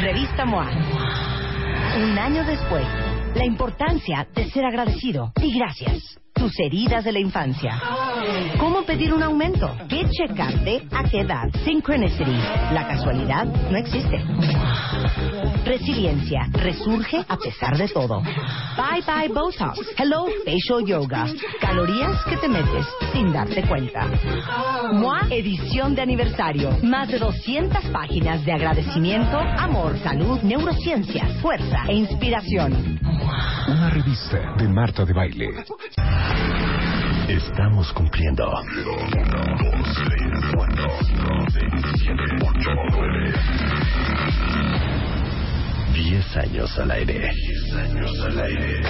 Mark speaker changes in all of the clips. Speaker 1: Revista MOA. Un año después, la importancia de ser agradecido y gracias. Tus heridas de la infancia. ¿Cómo pedir un aumento? ¿Qué checarte? ¿A qué edad? Synchronicity. La casualidad no existe. Resiliencia. Resurge a pesar de todo. Bye bye Botox. Hello Facial Yoga. Calorías que te metes sin darte cuenta. MOA edición de aniversario. Más de 200 páginas de agradecimiento, amor, salud, neurociencia, fuerza e inspiración.
Speaker 2: Una revista de Marta de Baile. Estamos cumpliendo. 10 años al aire. 10 años al aire.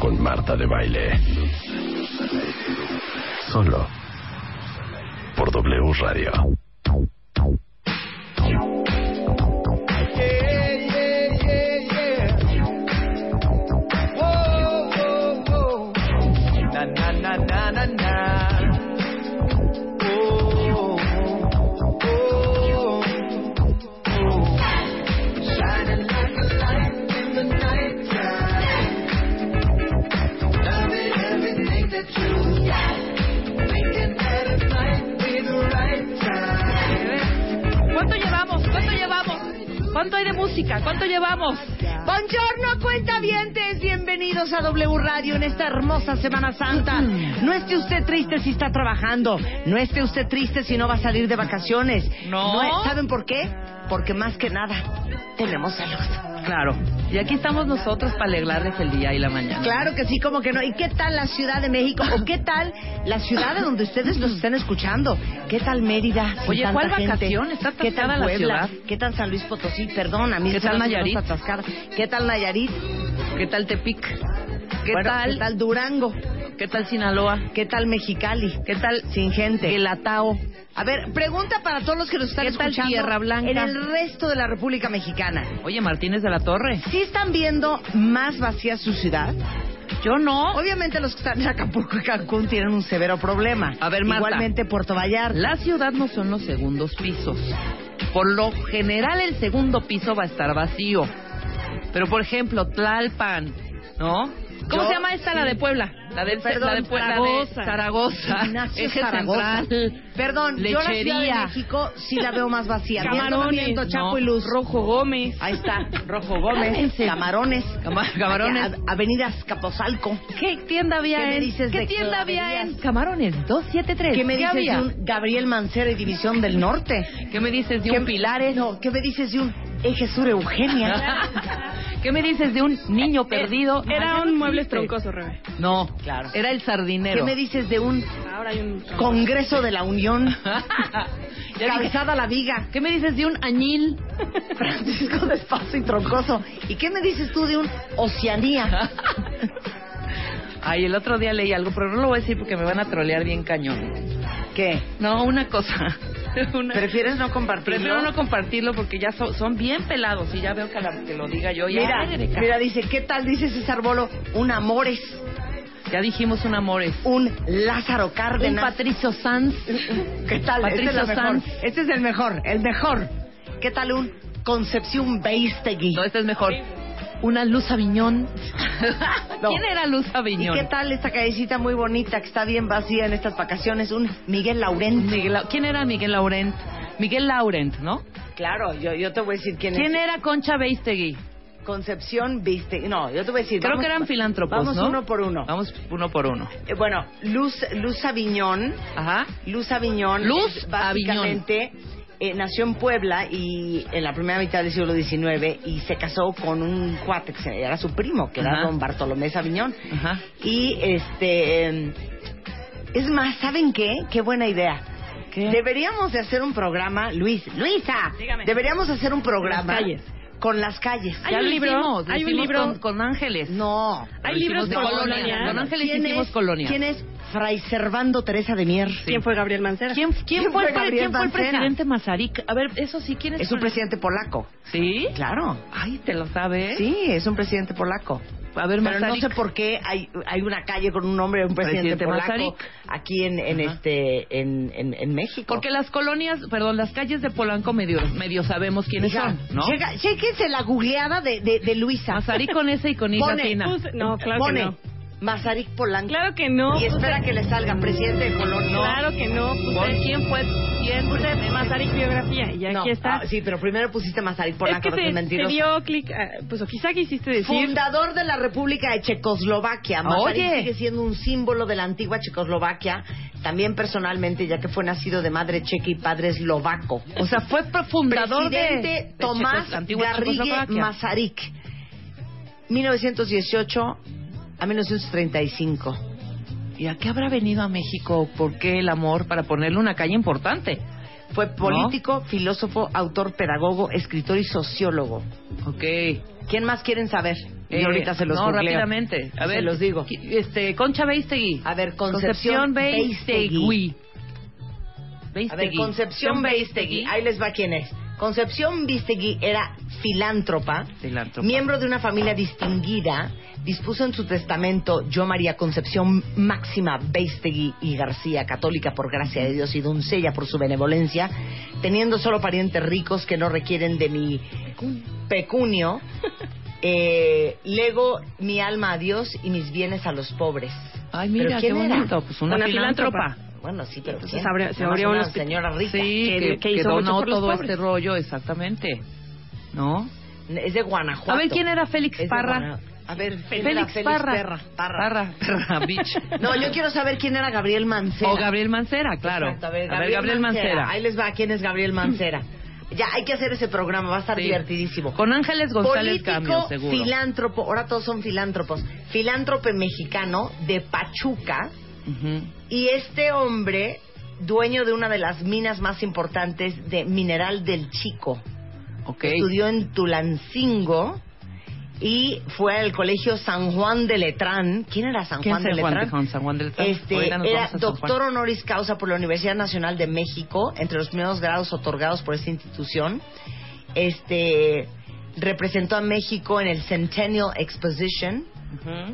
Speaker 2: Con Marta de Baile. Solo por W Radio.
Speaker 3: ¿Cuánto llevamos? ¿Cuánto llevamos? ¿Cuánto hay de música? ¿Cuánto llevamos?
Speaker 1: Buongiorno, cuentavientes. Bienvenidos a W Radio en esta hermosa Semana Santa.
Speaker 3: Mm-hmm.
Speaker 1: No esté usted triste si está trabajando. No esté usted triste si no va a salir de vacaciones.
Speaker 3: No.
Speaker 1: es- ¿Saben por qué? Porque más que nada, tenemos salud.
Speaker 3: Claro. Y aquí estamos nosotros para alegrarles el día y la mañana.
Speaker 1: Claro que sí, como que no. ¿Y qué tal la Ciudad de México? ¿O qué tal la ciudad de donde ustedes nos están escuchando? ¿Qué tal Mérida? sin
Speaker 3: Oye, ¿cuál
Speaker 1: tanta gente?
Speaker 3: vacación? Está
Speaker 1: ¿Qué tal
Speaker 3: atascada la
Speaker 1: Puebla?
Speaker 3: ciudad.
Speaker 1: ¿Qué tal San Luis Potosí? Perdón, a mí
Speaker 3: ¿Qué
Speaker 1: se
Speaker 3: tal
Speaker 1: me hace
Speaker 3: Nayarit?
Speaker 1: cosa atascada. ¿Qué tal Nayarit?
Speaker 3: ¿Qué tal Tepic? ¿Qué
Speaker 1: Bueno,
Speaker 3: tal?
Speaker 1: ¿Qué tal Durango?
Speaker 3: ¿Qué tal Sinaloa?
Speaker 1: ¿Qué tal Mexicali?
Speaker 3: ¿Qué tal
Speaker 1: Sin gente.
Speaker 3: Guelatao?
Speaker 1: A ver, pregunta para todos los que nos están
Speaker 3: ¿Qué tal
Speaker 1: escuchando
Speaker 3: Tierra Blanca?
Speaker 1: en el resto de la República Mexicana.
Speaker 3: Oye, Martínez de la Torre.
Speaker 1: ¿Sí están viendo más vacía su ciudad?
Speaker 3: Yo no.
Speaker 1: Obviamente los que están en Acapulco y Cancún tienen un severo problema.
Speaker 3: A ver, Marta.
Speaker 1: Igualmente Puerto Vallarta.
Speaker 3: La ciudad no son los segundos pisos. Por lo general el segundo piso va a estar vacío. Pero por ejemplo, Tlalpan, ¿no? ¿Cómo
Speaker 1: Yo-
Speaker 3: se llama esta la de Puebla? La de,
Speaker 1: Perdón,
Speaker 3: la de Pue- la de
Speaker 1: Zaragoza.
Speaker 3: Zaragoza.
Speaker 1: Ignacio
Speaker 3: Eje
Speaker 1: Zaragoza.
Speaker 3: Central.
Speaker 1: Perdón, yo la Ciudad de
Speaker 3: Lechería.
Speaker 1: México sí la veo más vacía. Viendo,
Speaker 3: Camarones,
Speaker 1: viendo, Chapo
Speaker 3: no.
Speaker 1: y Luz.
Speaker 3: Rojo Gómez.
Speaker 1: Ahí está.
Speaker 3: Rojo Gómez.
Speaker 1: Cálmense. Camarones.
Speaker 3: Cama- Camarones.
Speaker 1: Ave- Avenida Azcapotzalco.
Speaker 3: ¿Qué tienda había
Speaker 1: ¿Qué me
Speaker 3: en
Speaker 1: dices
Speaker 3: ¿Qué
Speaker 1: de
Speaker 3: tienda había en
Speaker 1: claverías?
Speaker 3: Camarones 273?
Speaker 1: ¿Qué me dices
Speaker 3: había?
Speaker 1: de un Gabriel Mancera y División del Norte?
Speaker 3: ¿Qué me dices de
Speaker 1: ¿Qué-
Speaker 3: un Pilares?
Speaker 1: No, ¿qué me dices de un Eje Sur Eugenia?
Speaker 3: ¿Qué me dices de un niño perdido?
Speaker 4: Era
Speaker 3: No, ya
Speaker 4: un
Speaker 3: no
Speaker 4: muebles
Speaker 3: existe.
Speaker 4: troncoso, Rebe.
Speaker 3: No, claro. Era el sardinero.
Speaker 1: ¿Qué me dices de un
Speaker 4: Ahora hay un troncoso.
Speaker 1: Congreso de la Unión?
Speaker 3: Ya dije,
Speaker 1: Calzada la viga.
Speaker 3: ¿Qué me dices de un añil?
Speaker 1: Francisco Despacio y Troncoso. ¿Y qué me dices tú de un Oceanía?
Speaker 3: Ay, el otro día leí algo, pero no lo voy a decir porque me van a trolear bien cañón.
Speaker 1: ¿Qué?
Speaker 3: No, una cosa. Una-
Speaker 1: ¿Prefieres no compartirlo?
Speaker 3: Prefiero no compartirlo porque ya so- son bien pelados y ya veo que, la- que lo diga yo. Ya,
Speaker 1: Mira,
Speaker 3: Ay, Rebeca.
Speaker 1: mira, dice, ¿qué tal dice César Bolo? Un Amores,
Speaker 3: ya dijimos un amores.
Speaker 1: un Lázaro
Speaker 3: Un
Speaker 1: Cárdenas.
Speaker 3: Patricio Sanz.
Speaker 1: ¿Qué tal? Este es,
Speaker 3: Patricio
Speaker 1: la mejor.
Speaker 3: Sanz.
Speaker 1: este es el mejor, el mejor. ¿Qué tal un Concepción Beistegui?
Speaker 3: No, este es mejor. Una Luz Aviñón.
Speaker 1: No.
Speaker 3: ¿Quién era Luz
Speaker 1: ¿Y
Speaker 3: Aviñón?
Speaker 1: qué tal esta callecita muy bonita que está bien vacía en estas vacaciones? Un Miguel Laurent.
Speaker 3: Miguel Lau- ¿Quién era Miguel Laurent? Miguel Laurent, ¿no?
Speaker 1: Claro, yo, yo te voy a decir quién,
Speaker 3: ¿Quién era Concha Beistegui?
Speaker 1: Concepción Beistegui. No, yo te voy a decir.
Speaker 3: Creo
Speaker 1: vamos-
Speaker 3: que eran filántropos,
Speaker 1: Vamos
Speaker 3: ¿no?
Speaker 1: uno por uno.
Speaker 3: Vamos uno por uno.
Speaker 1: Eh, bueno, Luz, Luz Aviñón.
Speaker 3: Ajá.
Speaker 1: Luz Aviñón.
Speaker 3: Luz
Speaker 1: es básicamente, eh, nació en Puebla y en la primera mitad del siglo XIX y se casó con un cuate que se- era su primo, que era
Speaker 3: Ajá.
Speaker 1: don Bartolomé Aviñón. em,
Speaker 3: Ajá.
Speaker 1: Y este. eh, Es más, ¿saben qué? Qué buena idea.
Speaker 3: ¿Qué?
Speaker 1: Deberíamos de hacer un programa, Luis, Luisa,
Speaker 5: Dígame.
Speaker 1: deberíamos hacer un programa
Speaker 5: Las calles.
Speaker 1: con las calles.
Speaker 5: Hay un libro,
Speaker 3: Hicimos,
Speaker 5: hay un
Speaker 3: hicimos
Speaker 5: libro.
Speaker 3: con, con Ángeles.
Speaker 1: No.
Speaker 5: Hay
Speaker 3: Lo
Speaker 5: libros
Speaker 3: hicimos de
Speaker 5: con
Speaker 3: colonia.
Speaker 5: colonia.
Speaker 3: Con Ángeles
Speaker 1: ¿Quién
Speaker 3: hicimos
Speaker 1: es-
Speaker 3: colonia.
Speaker 1: ¿Quién es Fray Servando Teresa de Mier?
Speaker 5: ¿Quién fue Gabriel Mancera?
Speaker 3: ¿Quién, quién
Speaker 1: ¿Quién
Speaker 3: fue,
Speaker 1: fue
Speaker 3: el pre-
Speaker 1: Gabriel
Speaker 3: quién fue el
Speaker 1: Mancera?
Speaker 3: presidente Mazarik? A ver, eso sí, ¿quién es?
Speaker 1: Es un presidente polaco.
Speaker 3: ¿Sí?
Speaker 1: Claro.
Speaker 3: Ay, ¿te lo sabes?
Speaker 1: Sí, es un presidente polaco.
Speaker 3: ¿Eh? A ver,
Speaker 1: Pero no
Speaker 3: Mazarik.
Speaker 1: sé por qué hay, hay una calle con un nombre de un presidente,
Speaker 3: Presidente
Speaker 1: polaco
Speaker 3: Masaryk.
Speaker 1: aquí en, en
Speaker 3: Ajá.
Speaker 1: este en, en, en México.
Speaker 3: Porque las colonias, perdón, las calles de Polanco medio, medio sabemos quiénes
Speaker 1: Hija,
Speaker 3: son, ¿no?
Speaker 1: checa- chéquense la googleada de, de, de Luisa.
Speaker 3: Mazarik con ese y con I
Speaker 1: Pone,
Speaker 3: latina.
Speaker 5: Puse- No, claro
Speaker 1: Pone
Speaker 5: que no.
Speaker 1: Mazarik Polanco.
Speaker 5: Claro que no.
Speaker 1: Y espera
Speaker 5: puse-
Speaker 1: que le salga presidente de Colón. No.
Speaker 5: Claro que no. pues,
Speaker 3: ¿Por
Speaker 5: Puse,
Speaker 3: quién fue? ¿Quién
Speaker 5: puse Mazarik biografía y
Speaker 1: No.
Speaker 5: aquí está.
Speaker 1: Ah, sí, pero primero pusiste Mazarik
Speaker 5: es
Speaker 1: Polanco,
Speaker 5: que
Speaker 1: no seas
Speaker 5: se, se
Speaker 1: mentiroso.
Speaker 5: dio clic. ah, Pues o quizá quisiste decir.
Speaker 1: Fundador de la República de Checoslovaquia. Masaryk
Speaker 3: Oye.
Speaker 1: sigue siendo un símbolo de la antigua Checoslovaquia, también personalmente, ya que fue nacido de madre checa y padre eslovaco.
Speaker 3: O sea, fue pro- fundador
Speaker 1: presidente
Speaker 3: de, de
Speaker 1: Tomás
Speaker 3: Checos- antigua
Speaker 1: Garrigue
Speaker 3: Checoslovaquia.
Speaker 1: Mazarik. 1918 a 1935.
Speaker 3: ¿Y a qué habrá venido a México? ¿Por qué el amor? Para ponerle una calle importante.
Speaker 1: Fue político, filósofo, autor, pedagogo, escritor y sociólogo.
Speaker 3: Ok.
Speaker 1: ¿Quién más quieren saber? Y
Speaker 3: Eh,
Speaker 1: ahorita se los
Speaker 3: No,
Speaker 1: googleo.
Speaker 3: rápidamente. A ver,
Speaker 1: se los digo.
Speaker 3: qui- Este, Concha Beistegui.
Speaker 1: A ver, Concepción, Beistegui.
Speaker 3: Beistegui.
Speaker 1: A ver,
Speaker 3: Beistegui.
Speaker 1: Concepción Beistegui. Ahí les va quién es. Concepción Beistegui era filántropa,
Speaker 3: Filántropa.
Speaker 1: miembro de una
Speaker 3: Ah.
Speaker 1: familia distinguida. Dispuso en su testamento, yo María Concepción Máxima Beistegui y García, católica por gracia de Dios y doncella por su benevolencia, teniendo solo parientes ricos que no requieren de mi pecunio, eh, lego mi alma a Dios y mis bienes a los pobres.
Speaker 3: Ay, mira,
Speaker 1: ¿Pero quién
Speaker 3: qué
Speaker 1: era?
Speaker 3: bonito. Pues una,
Speaker 5: Una
Speaker 3: filántropa.
Speaker 1: Bueno, sí, pero
Speaker 5: Entonces
Speaker 1: ¿quién?
Speaker 5: abrió- se
Speaker 1: Nada más
Speaker 5: abrió un
Speaker 1: una
Speaker 5: hospital.
Speaker 1: señora rica.
Speaker 3: Sí,
Speaker 5: que-
Speaker 3: que,
Speaker 5: que hizo
Speaker 3: donó
Speaker 5: mucho por los
Speaker 3: todo
Speaker 5: pobres.
Speaker 3: este rollo, exactamente. ¿No?
Speaker 1: Es de Guanajuato.
Speaker 3: A ver, ¿quién era Félix
Speaker 1: Es de
Speaker 3: Parra?
Speaker 1: Guanajuato. A ver, ¿quién era
Speaker 3: Félix Parra.
Speaker 1: Perra. Parra.
Speaker 3: Parra, Perra, bitch.
Speaker 1: No, yo quiero saber quién era Gabriel Mancera.
Speaker 3: O Gabriel Mancera, claro.
Speaker 1: Exacto, a ver, Gabriel, Mancera. Ahí les va quién es Gabriel Mancera. Ya, hay que hacer ese programa, va a estar
Speaker 3: Mm. Sí.
Speaker 1: divertidísimo.
Speaker 3: Con Ángeles González
Speaker 1: Político,
Speaker 3: Cambio, seguro.
Speaker 1: filántropo, ahora todos son filántropos. Filántrope mexicano de Pachuca.
Speaker 3: Ujú.
Speaker 1: Y este hombre, dueño de una de las minas más importantes de Mineral del Chico.
Speaker 3: Ok.
Speaker 1: Estudió en Tulancingo y fue al colegio San Juan de Letrán. ¿Quién era San
Speaker 3: ¿Quién
Speaker 1: Juan
Speaker 3: es
Speaker 1: de
Speaker 3: San Juan
Speaker 1: Letrán?
Speaker 3: de San Juan del Letrán?
Speaker 1: Este,
Speaker 3: Ahorita nos
Speaker 1: era
Speaker 3: vamos a San Juan.
Speaker 1: doctor honoris causa por la Universidad Nacional de México, entre los primeros grados otorgados por esta institución. Este representó a México en el Centennial Exposition.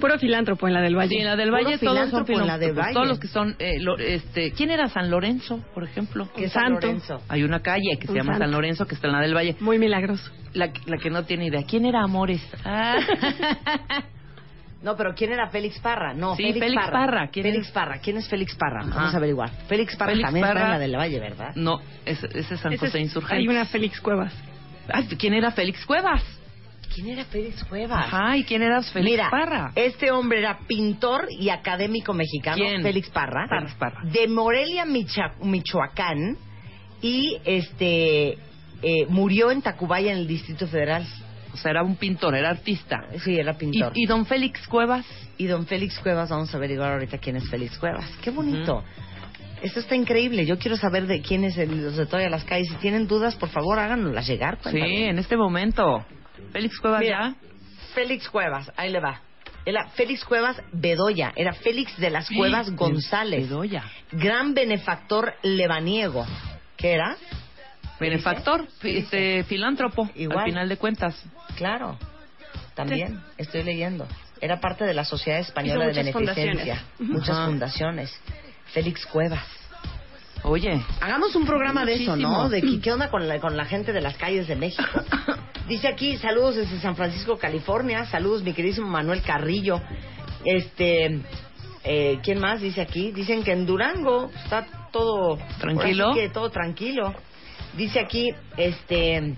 Speaker 5: Puro filántropo en la del Valle.
Speaker 3: Pues, Sí, en la del
Speaker 1: Puro
Speaker 3: Valle todos son
Speaker 1: pues, filántropo en la
Speaker 3: filántropos,
Speaker 1: del Valle.
Speaker 3: Todos los que son, eh, lo- este, ¿quién era San Lorenzo, por ejemplo?
Speaker 1: que es
Speaker 5: santo.
Speaker 1: San Lorenzo.
Speaker 3: Hay una calle que se
Speaker 5: Un
Speaker 3: llama
Speaker 5: santo.
Speaker 3: San Lorenzo que está en la del Valle.
Speaker 5: Muy milagroso.
Speaker 3: La, que- la que no tiene idea. ¿Quién era Amores? Ah,
Speaker 1: No, pero ¿quién era Félix Parra? No,
Speaker 3: Sí,
Speaker 1: Félix,
Speaker 3: Félix
Speaker 1: Parra.
Speaker 3: Parra, ¿quién
Speaker 1: Félix
Speaker 3: es?
Speaker 1: Parra. ¿Quién es Félix Parra?
Speaker 3: Ajá.
Speaker 1: Vamos a averiguar. Félix Parra
Speaker 3: Félix
Speaker 1: también está
Speaker 3: Parra- Mm.
Speaker 1: en la del Valle, ¿verdad?
Speaker 3: no, ese, ese es San
Speaker 5: Ese
Speaker 3: José
Speaker 5: es-
Speaker 3: Insurgente.
Speaker 5: Hay una Félix Cuevas.
Speaker 3: Ay, ¿Quién era Félix Cuevas?
Speaker 1: ¿Quién era Félix Cuevas?
Speaker 3: Ajá, ¿y quién era Félix
Speaker 1: Mira,
Speaker 3: Parra?
Speaker 1: este hombre era pintor y académico mexicano,
Speaker 3: ¿Quién?
Speaker 1: Félix Parra,
Speaker 3: Félix Parra.
Speaker 1: de Morelia, Micha- Michoacán, y este eh, murió en Tacubaya, en el Distrito Federal.
Speaker 3: O sea, era un pintor, era artista.
Speaker 1: Sí, era
Speaker 3: Y,
Speaker 1: pintor.
Speaker 3: y don Félix Cuevas,
Speaker 1: Y don Félix Cuevas, vamos a averiguar ahorita quién es Félix Cuevas. Qué bonito.
Speaker 3: Ujú.
Speaker 1: Esto está increíble. Yo quiero saber de quién es el, los de todas las calles. Si tienen dudas, por favor, háganoslas llegar.
Speaker 3: sí,
Speaker 1: cuéntame.
Speaker 3: en este momento. Félix Cuevas
Speaker 1: Mira.
Speaker 3: ya.
Speaker 1: Félix Cuevas, ahí le va. Era Félix Cuevas Bedoya. Era Félix de las Cuevas
Speaker 3: Sí,
Speaker 1: González.
Speaker 3: Bedoya.
Speaker 1: gran benefactor lebaniego. ¿Qué era?
Speaker 3: Benefactor, fi- este, filántropo,
Speaker 1: ¿eh? Igual.
Speaker 3: al final de cuentas.
Speaker 1: Claro, también, estoy leyendo. Era parte de la Sociedad Española
Speaker 5: Hizo
Speaker 1: de
Speaker 5: muchas
Speaker 1: Beneficencia.
Speaker 5: fundaciones.
Speaker 1: Muchas
Speaker 3: Ajá.
Speaker 1: fundaciones. Félix Cuevas.
Speaker 3: Oye,
Speaker 1: Hagamos un programa de eso, ¿no?
Speaker 3: Muchísimo.
Speaker 1: De qué, qué onda con la, con la gente de las calles de México. Dice aquí, saludos desde San Francisco, California. Saludos, mi queridísimo Manuel Carrillo. Este, eh, ¿quién más dice aquí? Dicen que en Durango está todo
Speaker 3: Tranquilo.
Speaker 1: ahora sí que todo tranquilo. Dice aquí, este,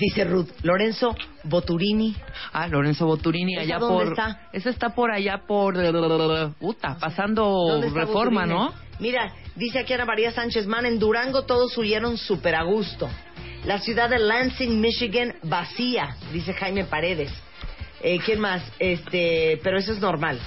Speaker 1: dice Ruth, Lorenzo Boturini.
Speaker 3: ah, Lorenzo Boturini,
Speaker 1: ¿Esa
Speaker 3: allá
Speaker 1: dónde
Speaker 3: por.
Speaker 1: está?
Speaker 3: Ese está por allá por. Puta, pasando
Speaker 1: ¿Dónde está
Speaker 3: reforma,
Speaker 1: Boturini?
Speaker 3: ¿no?
Speaker 1: Mira, dice aquí Ana María Sánchez Man, en Durango todos huyeron súper a gusto. La ciudad de Lansing, Michigan, vacía, dice Jaime Paredes. Eh, ¿Quién más? Este, pero eso es normal.